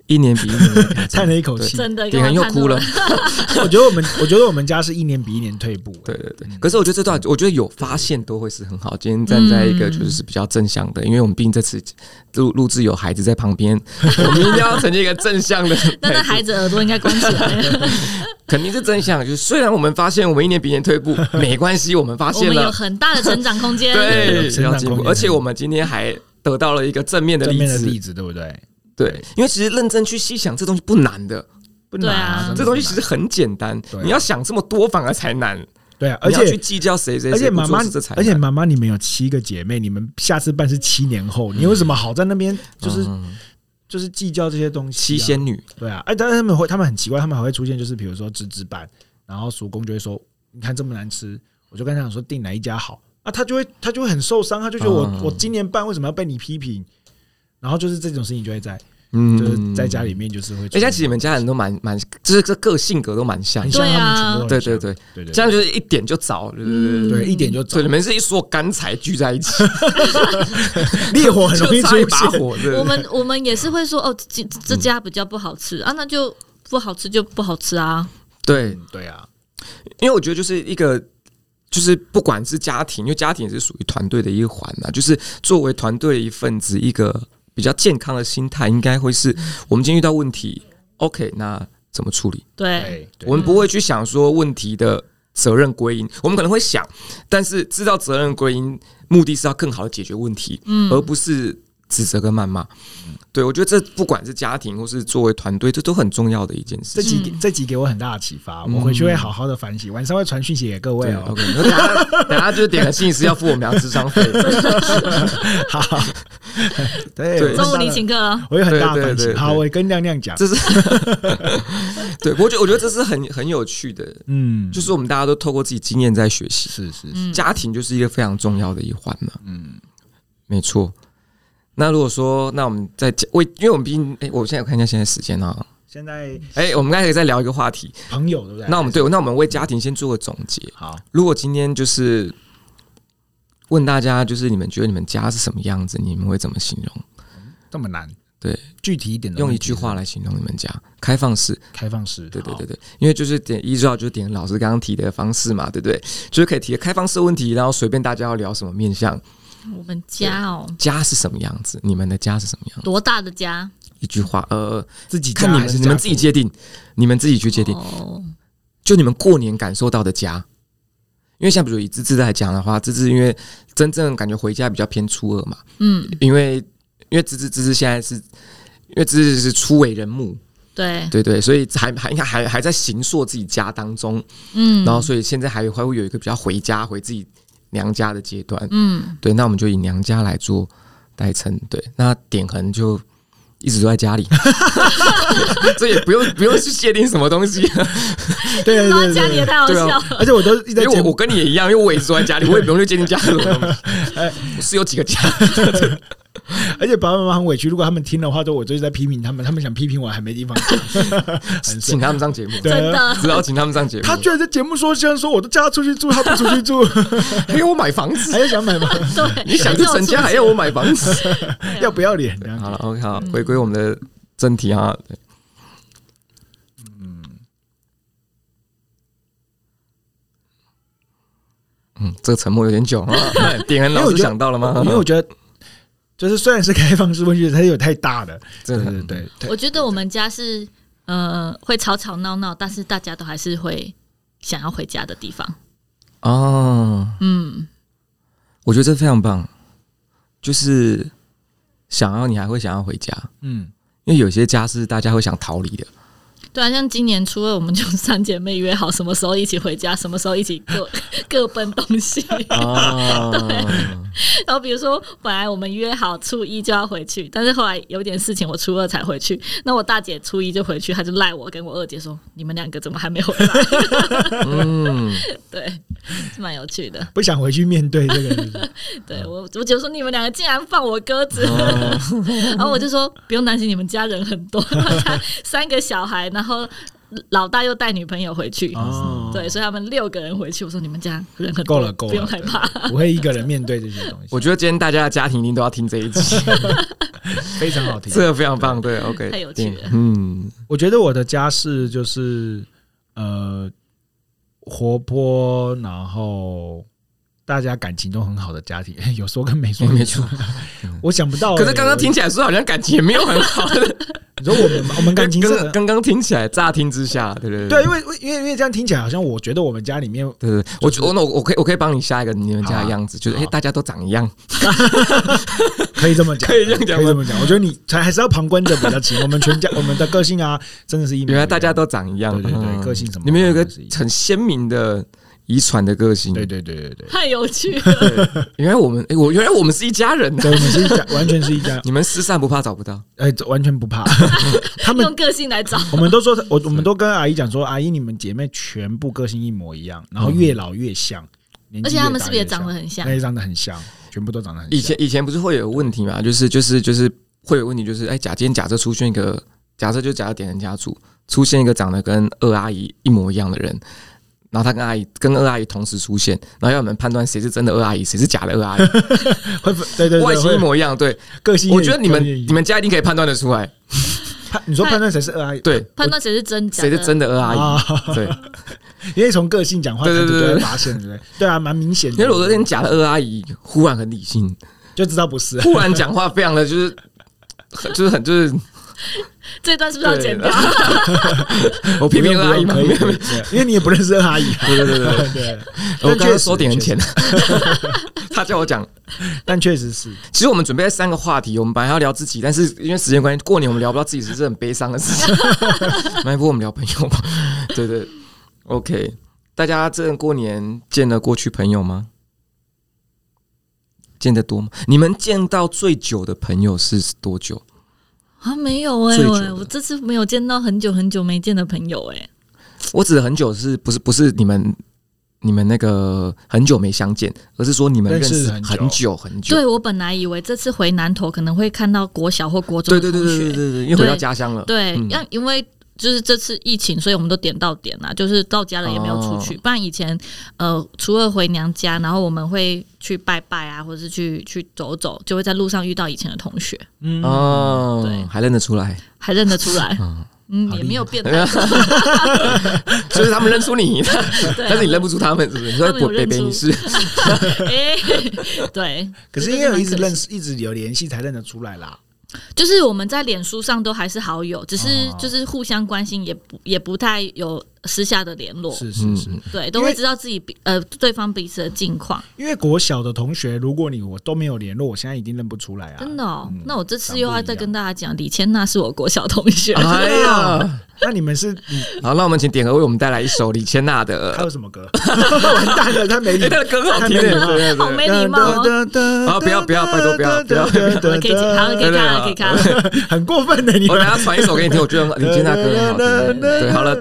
[SPEAKER 3] 一年比一年的 改进
[SPEAKER 4] 叹了一口气。
[SPEAKER 2] 真的，
[SPEAKER 3] 点人又哭了。
[SPEAKER 4] 我觉得我们，我觉得我们家是一年比一年退步。
[SPEAKER 3] 对，对
[SPEAKER 2] 嗯
[SPEAKER 3] 对，可是我觉得这段，我觉得有发现都会是很好。今天站在一
[SPEAKER 2] 嗯
[SPEAKER 3] 个就是比较正向的，因为我们毕竟这次录录制有孩子在旁 边，我们一定要呈现一个正向的态度。
[SPEAKER 2] 但 那孩子耳朵应该关起来了。
[SPEAKER 3] 肯定是正向，就是虽然我们发现我们一年比一年退 步，没关系，我们 发
[SPEAKER 2] 我
[SPEAKER 3] 现
[SPEAKER 2] 们有
[SPEAKER 3] 了，
[SPEAKER 2] 很大的成长空间。
[SPEAKER 3] 对
[SPEAKER 4] 有，成长
[SPEAKER 3] 要进步
[SPEAKER 4] 空，间
[SPEAKER 3] 而且我们今天还得到了一个正面的
[SPEAKER 4] 正
[SPEAKER 3] 例
[SPEAKER 4] 面的
[SPEAKER 3] 子
[SPEAKER 4] 例，子，对不对？
[SPEAKER 3] 对，啊因为其实认真去细想，这东西不难的，
[SPEAKER 4] 不
[SPEAKER 2] 对
[SPEAKER 4] 难
[SPEAKER 2] 啊
[SPEAKER 4] 真的
[SPEAKER 3] 这
[SPEAKER 4] 不
[SPEAKER 3] 东西
[SPEAKER 4] 难
[SPEAKER 3] 其实很简单
[SPEAKER 4] 对啊，
[SPEAKER 3] 你要想这么多反而才难，
[SPEAKER 4] 对啊，而
[SPEAKER 3] 你要去
[SPEAKER 4] 且
[SPEAKER 3] 计较谁谁
[SPEAKER 4] 而
[SPEAKER 3] 谁
[SPEAKER 4] 且
[SPEAKER 3] 不
[SPEAKER 4] 妈妈
[SPEAKER 3] 做事，这才，
[SPEAKER 4] 而且
[SPEAKER 3] 难
[SPEAKER 4] 妈妈，你们有七个姐妹，你们下次办是七年后，你有什么好在那边就是
[SPEAKER 3] 嗯
[SPEAKER 4] 就是计较这些东西
[SPEAKER 3] 七
[SPEAKER 4] 啊？
[SPEAKER 3] 仙女，
[SPEAKER 4] 对啊，哎，但是他们会，他们很奇怪，他们还会出现，就是比如说芝芝班，然后叔公就会说，你看这么难吃，我就跟他讲说订哪一家好啊，他就会他就会很受伤，他就觉得我、
[SPEAKER 3] 嗯
[SPEAKER 4] 我今年办为什么要被你批评？然后就是这种事情就会在
[SPEAKER 3] 嗯
[SPEAKER 4] 就是在家里面就是会出
[SPEAKER 3] 而
[SPEAKER 4] 现，
[SPEAKER 3] 且其实你们家人都蛮蛮，就是这个性格都蛮像
[SPEAKER 4] 很，
[SPEAKER 2] 对啊
[SPEAKER 4] 像他们全部都
[SPEAKER 3] 对
[SPEAKER 4] 很像嗯
[SPEAKER 3] 对对，
[SPEAKER 4] 对对
[SPEAKER 3] 这样就是一点就着，对对对对。
[SPEAKER 4] 对一点就走
[SPEAKER 3] 对，你，们是一说干柴聚在一起，
[SPEAKER 4] 烈火很
[SPEAKER 3] 就
[SPEAKER 4] 容易
[SPEAKER 3] 差一
[SPEAKER 4] 出
[SPEAKER 3] 把
[SPEAKER 4] 现。
[SPEAKER 3] 火。对嗯
[SPEAKER 2] 我们我们也是会说哦，这这家比较不好吃啊，那就不好吃就不好吃啊。
[SPEAKER 3] 对，
[SPEAKER 4] 嗯对啊，
[SPEAKER 3] 因为我觉得就是一个，就是不管是家庭，因为家庭也是属于团队的一环嘛，就是作为团队的一份子，一个比较健康的心态，应该会是我们今天遇到问题，OK，那怎么处理？
[SPEAKER 2] 对，
[SPEAKER 4] 对，
[SPEAKER 3] 我们不会去想说问题的责任归因，我们可能会想，但是知道责任归因，目的是要更好的解决问题，
[SPEAKER 2] 嗯
[SPEAKER 3] 而不是指责跟谩骂。
[SPEAKER 4] 嗯
[SPEAKER 3] 对我觉得这不管是家庭或是作为团队，这都很重要的一件事
[SPEAKER 4] 这
[SPEAKER 3] 情。
[SPEAKER 4] 集
[SPEAKER 2] 嗯
[SPEAKER 4] 这集给我很大的启发，
[SPEAKER 3] 嗯
[SPEAKER 4] 我回去会好好的反省，晚上会传讯息给各位
[SPEAKER 3] 对
[SPEAKER 4] 哦。
[SPEAKER 3] ，OK，那等下等下就点个信息要付我们俩智 商费。
[SPEAKER 4] 好，
[SPEAKER 3] 对
[SPEAKER 4] 对，我有很大
[SPEAKER 2] 中午
[SPEAKER 4] 的
[SPEAKER 2] 你请客哦。
[SPEAKER 4] 我有很大
[SPEAKER 3] 对
[SPEAKER 4] 的
[SPEAKER 3] 对
[SPEAKER 4] 反
[SPEAKER 3] 对
[SPEAKER 4] 省。
[SPEAKER 3] 对
[SPEAKER 4] 好，我跟亮亮讲，
[SPEAKER 3] 这是对，我觉得我觉得这是很很有趣的，
[SPEAKER 4] 嗯，
[SPEAKER 3] 就是我们大家都透过自己经验在学习。
[SPEAKER 4] 是是
[SPEAKER 2] 嗯，
[SPEAKER 3] 家庭就是一个非常重要的一环呢。嗯，没错。那如果说，那我们再讲，为因为我们毕竟，哎、我现在看一下现在时间啊，
[SPEAKER 4] 现在
[SPEAKER 3] 哎、我们刚才可以再聊一个话题。
[SPEAKER 4] 朋友对不对？
[SPEAKER 3] 那我们对，那我们为家庭先做个总结。
[SPEAKER 4] 好，
[SPEAKER 3] 如果今天就是问大家，就是你们觉得你们家是什么样子，你们会怎么形容？
[SPEAKER 4] 这么难，
[SPEAKER 3] 对，
[SPEAKER 4] 具体一点的，
[SPEAKER 3] 用一句话，来形容你们家，开放式。
[SPEAKER 4] 开放式，
[SPEAKER 3] 对对
[SPEAKER 4] 好
[SPEAKER 3] 对，对，因为就是点依照就是点老师刚刚提的方式嘛，对不对？就是可以提个开放式问题，然后随便大家要聊什么面向，
[SPEAKER 2] 我们家哦，
[SPEAKER 3] 家是什么样子，你们的家是什么样子？
[SPEAKER 2] 多大的家？
[SPEAKER 3] 一句话，呃，
[SPEAKER 4] 自己
[SPEAKER 3] 看
[SPEAKER 4] 家
[SPEAKER 3] 你
[SPEAKER 4] 还是
[SPEAKER 3] 们你们
[SPEAKER 4] 家
[SPEAKER 3] 自己界定，你们自己去界定，
[SPEAKER 2] 哦，
[SPEAKER 3] 就你们过年感受到的家。因为像比如以芝芝来讲的话，芝芝因为真正感觉回家比较偏初二嘛，
[SPEAKER 2] 嗯，
[SPEAKER 3] 因为因为芝芝芝芝现在是，因为芝芝是初为人母，
[SPEAKER 4] 嗯
[SPEAKER 2] 对，
[SPEAKER 3] 对对，所以还还应该还还在形塑自己家当中，
[SPEAKER 2] 嗯，
[SPEAKER 3] 然后所以现在还还会有一个比较回家回自己娘家的阶段，
[SPEAKER 2] 嗯，
[SPEAKER 3] 对，那我们就以娘家来做代称，对，那点恒就一直都在 家里，这也不用不用去界定什么东西，
[SPEAKER 4] 对对
[SPEAKER 2] 说
[SPEAKER 4] 对
[SPEAKER 2] 家里也
[SPEAKER 4] 对，
[SPEAKER 2] 太好
[SPEAKER 3] 对
[SPEAKER 2] 笑
[SPEAKER 3] 啊
[SPEAKER 2] 了，
[SPEAKER 4] 而且我都一直
[SPEAKER 3] 因
[SPEAKER 4] 在
[SPEAKER 3] 为
[SPEAKER 4] 节
[SPEAKER 3] 我我
[SPEAKER 4] 目，
[SPEAKER 3] 跟你也一样，因为我也住在家里，我也不用去界定家是什么 东
[SPEAKER 4] 哎
[SPEAKER 3] 西，是有几个家，
[SPEAKER 4] 而且爸爸妈妈很委屈，如果他们听的话，都我就是在批评他们，他们想批评我还没地方讲，
[SPEAKER 3] 请
[SPEAKER 4] 很生
[SPEAKER 3] 他们上节目，
[SPEAKER 4] 对
[SPEAKER 2] 真的，
[SPEAKER 3] 只好请他们上节目
[SPEAKER 4] 他，居然在节目说，虽然说我都叫他出去住，他不出去住，
[SPEAKER 3] 还要我买房子，
[SPEAKER 4] 还要想买 吗？
[SPEAKER 2] 对，
[SPEAKER 3] 啊 你想去成家还要我买房子。
[SPEAKER 4] 要不要脸？这样
[SPEAKER 3] 好了，OK，好，
[SPEAKER 2] 嗯
[SPEAKER 3] 回归我们的正题啊。对嗯，这个沉默有点久 啊。点人老
[SPEAKER 4] 因为
[SPEAKER 3] 师
[SPEAKER 4] 我觉得
[SPEAKER 3] 想到了吗？
[SPEAKER 4] 因为我觉得，就是虽然是开放式问卷，它有太大的，
[SPEAKER 3] 这
[SPEAKER 4] 对对对，对
[SPEAKER 2] 我觉得我们家是呃会吵吵闹闹，但是大家都还是会想要回家的地方。
[SPEAKER 3] 哦，
[SPEAKER 2] 嗯，
[SPEAKER 3] 我觉得这非常棒，就是想要你还会想要回家，
[SPEAKER 4] 嗯，
[SPEAKER 3] 因为有些家是大家会想逃离的。
[SPEAKER 2] 对啊，像今年初二，我们就三姐妹约好什么时候一起回家，什么时候一起各 各奔东西。
[SPEAKER 4] 啊
[SPEAKER 3] 哦，
[SPEAKER 2] 然后比如说，本来我们约好初一就要回去，但是后来有点事情，我初二才回去。那我大姐初一就回去，她就赖我跟我二姐说：“你们两个怎么还没回来
[SPEAKER 3] 嗯，？”
[SPEAKER 2] 对，是蛮有趣的。
[SPEAKER 4] 不想回去面对这个，是不是
[SPEAKER 2] 对我，我姐说你们两个竟然放我鸽子，
[SPEAKER 3] 哦
[SPEAKER 2] 然后我就说不用担心，你们家人很多，他三个小孩，然后老大又带女朋友回去。
[SPEAKER 4] 哦，
[SPEAKER 2] 对，，所以他们六个人回去。我说你们家人很多
[SPEAKER 4] 够了够了，
[SPEAKER 2] 不用害怕。
[SPEAKER 4] 对，不会一个人面对这些东西
[SPEAKER 3] 我，觉得今天大家的家庭一定都要听这一 集，
[SPEAKER 4] 非常好听。
[SPEAKER 3] 这个非常棒。对，OK，
[SPEAKER 2] 太有趣了
[SPEAKER 3] 嗯，
[SPEAKER 4] 我觉得我的家是就是呃活泼，然后大家感情都很好的家庭， 有说跟没说
[SPEAKER 3] 哎没错。
[SPEAKER 4] 我想不到欸，
[SPEAKER 3] 可是刚刚听
[SPEAKER 4] 我
[SPEAKER 3] 起来说好像感情也没有很好，
[SPEAKER 4] 你说我们我们感情是
[SPEAKER 3] 刚
[SPEAKER 4] 很。
[SPEAKER 3] 刚刚听起来乍听之下，对对
[SPEAKER 4] 对，因为因为因为这样听起来好像，我觉得我们家里面
[SPEAKER 3] 对对，我觉得我那我我可以我可以帮你下一个你们家的样子，就是
[SPEAKER 4] 好
[SPEAKER 3] 哎大家都长一样，
[SPEAKER 4] 可以这么 讲，
[SPEAKER 3] 可以这样讲
[SPEAKER 4] 可以
[SPEAKER 3] 吗
[SPEAKER 4] 这么讲。我觉得你才还是要旁观者比较清。我们全家我们的个性啊，真的是一模一样
[SPEAKER 3] 原来大家都长一样，
[SPEAKER 4] 对对对
[SPEAKER 3] 嗯
[SPEAKER 4] 个性什么
[SPEAKER 3] 你们有一个
[SPEAKER 4] 都是一样
[SPEAKER 3] 很鲜明的遗传的个性，
[SPEAKER 4] 对对对对对，
[SPEAKER 2] 太有 趣了，
[SPEAKER 3] 对，原来我们哎我原来我们是一家人啊，
[SPEAKER 4] 对我们是一家，完全是一家，
[SPEAKER 3] 你们失散不怕找不到，
[SPEAKER 4] 哎，这完全不怕。 他们
[SPEAKER 2] 用个性来找。
[SPEAKER 4] 我们都说，我我们都跟阿姨讲说，阿姨你们姐妹全部个性一模一样，然后越老越像，年
[SPEAKER 2] 而
[SPEAKER 4] 纪
[SPEAKER 2] 且
[SPEAKER 4] 越大
[SPEAKER 2] 他们是不是也
[SPEAKER 4] 越像
[SPEAKER 2] 长得很像？
[SPEAKER 4] 对，长得很像，全部都长得很像。
[SPEAKER 3] 以前以前不是会有问题嘛，就是就是就是会有问题，就是哎假今天假设出现一个假设就假设点人家族出现一个长得跟二阿姨一模一样的人。然后他跟阿姨跟二阿姨同时出现，然后要我们判断谁是真的二阿姨，谁是假的二阿姨。
[SPEAKER 4] 会对对对，
[SPEAKER 3] 外形一
[SPEAKER 4] 会
[SPEAKER 3] 模一样，对，
[SPEAKER 4] 个性也，
[SPEAKER 3] 我觉得你们
[SPEAKER 4] 个性也一
[SPEAKER 3] 你
[SPEAKER 4] 样
[SPEAKER 3] 们家一定可以判断得出来，
[SPEAKER 4] 判你说判断谁是二阿姨，
[SPEAKER 3] 对，
[SPEAKER 2] 判断谁是真假
[SPEAKER 3] 谁
[SPEAKER 2] 的？
[SPEAKER 3] 是真的二阿姨，
[SPEAKER 4] 啊，
[SPEAKER 3] 对，
[SPEAKER 4] 因为从个性讲话，
[SPEAKER 3] 对对
[SPEAKER 4] 可
[SPEAKER 3] 对
[SPEAKER 4] 能就
[SPEAKER 3] 对
[SPEAKER 4] 会发现，对不对？对啊，蛮明显的。
[SPEAKER 3] 因为我有点假的二阿姨，忽然很理性，
[SPEAKER 4] 就知道不是，
[SPEAKER 3] 忽然讲话非常的就是。很就是很就是，
[SPEAKER 2] 这段是不是要剪掉？
[SPEAKER 3] 我批 评二阿姨嘛，
[SPEAKER 4] 可
[SPEAKER 3] 没
[SPEAKER 4] 以，
[SPEAKER 3] 有
[SPEAKER 4] 可
[SPEAKER 3] 没有
[SPEAKER 4] 以可以对因为你也不认识二阿姨啊。
[SPEAKER 3] 对对对对，
[SPEAKER 4] 对，
[SPEAKER 3] 我刚
[SPEAKER 4] 确
[SPEAKER 3] 刚
[SPEAKER 4] 实
[SPEAKER 3] 说点很 浅，他叫我讲。
[SPEAKER 4] 但确实是，
[SPEAKER 3] 其实我们准备了三个话题，我们本来要聊自己，但是因为时间关系，过年我们聊不到自己是这很悲伤的事情。那不如我们聊朋友吧，对对，OK。大家这过年见了过去朋友吗？见得多吗？你们见到最久的朋友是多久？
[SPEAKER 2] 啊，没有哎、
[SPEAKER 3] 最久
[SPEAKER 2] 我
[SPEAKER 3] 的
[SPEAKER 2] 我这次没有见到很久很久没见的朋友哎、
[SPEAKER 3] 我指的很久是不是不是你们你们那个很久没相见，而是说你们认
[SPEAKER 4] 认识
[SPEAKER 3] 识
[SPEAKER 4] 很久
[SPEAKER 3] 很久很久。
[SPEAKER 2] 对我本来以为这次回南投可能会看到国小或国中
[SPEAKER 3] 对
[SPEAKER 2] 的同
[SPEAKER 3] 对
[SPEAKER 2] 学，
[SPEAKER 3] 对对对对对，因为回到家乡了。
[SPEAKER 2] 对，
[SPEAKER 3] 嗯
[SPEAKER 2] 那、因为就是这次疫情，所以我们都点到点啦，就是到家了也没有出
[SPEAKER 3] 哦
[SPEAKER 2] 去。不然以前呃，初二回娘家，然后我们会去拜拜啊，或者是去去走走，就会在路上遇到以前的同学，
[SPEAKER 4] 嗯，
[SPEAKER 3] 哦
[SPEAKER 2] 对，
[SPEAKER 3] 还认得出 来，，
[SPEAKER 2] 还认得出来。嗯，
[SPEAKER 4] 好
[SPEAKER 2] 也
[SPEAKER 4] 厉
[SPEAKER 2] 没有变
[SPEAKER 3] 就是他们认出 你，
[SPEAKER 2] 对啊
[SPEAKER 3] 但是你认不出他们，是不是？你说
[SPEAKER 2] 他们有
[SPEAKER 3] 北
[SPEAKER 2] 认
[SPEAKER 3] 北
[SPEAKER 2] 出
[SPEAKER 3] 影视，
[SPEAKER 2] 哎、对，
[SPEAKER 4] 可是因为有一直认识，一直有联系才认得出来啦。
[SPEAKER 2] 就是我们在脸书上都还是好友，只是
[SPEAKER 4] 哦
[SPEAKER 2] 就是互相关心，也不也不太有私下的联络，
[SPEAKER 4] 是是
[SPEAKER 3] 嗯
[SPEAKER 4] 是，
[SPEAKER 2] 对，都
[SPEAKER 4] 因为
[SPEAKER 2] 会知道自己彼呃对方彼此的近况。
[SPEAKER 4] 因为国小的同学，如果你我都没有联络，我现在一定认不出来啊。
[SPEAKER 2] 真的哦，
[SPEAKER 4] 嗯
[SPEAKER 2] 那我这
[SPEAKER 4] 长
[SPEAKER 2] 次
[SPEAKER 4] 不
[SPEAKER 2] 又
[SPEAKER 4] 一
[SPEAKER 2] 要再
[SPEAKER 4] 样
[SPEAKER 2] 跟大家讲，李千娜是我国小同学。
[SPEAKER 3] 哎呀，
[SPEAKER 4] 啊那你们是你
[SPEAKER 3] 好，那我们请点和为我们带来一首李千娜的
[SPEAKER 4] 还，有什 么歌？完蛋了，他没
[SPEAKER 3] 哎，
[SPEAKER 4] 礼
[SPEAKER 3] 她的歌很好听
[SPEAKER 4] 太美
[SPEAKER 3] 耶，
[SPEAKER 4] 了
[SPEAKER 3] 对对
[SPEAKER 2] 好
[SPEAKER 3] 对
[SPEAKER 2] 没礼貌哦
[SPEAKER 4] 貌
[SPEAKER 3] 啊不要不要拜托不要 不要
[SPEAKER 2] 可以解，好，可以
[SPEAKER 3] 对对
[SPEAKER 2] 看了，
[SPEAKER 3] 好
[SPEAKER 2] 可以看了。
[SPEAKER 4] 很过分的你
[SPEAKER 3] 我哦
[SPEAKER 4] 们
[SPEAKER 3] 等。下传一首给你听，我觉得李千娜歌很好听。对，对好了，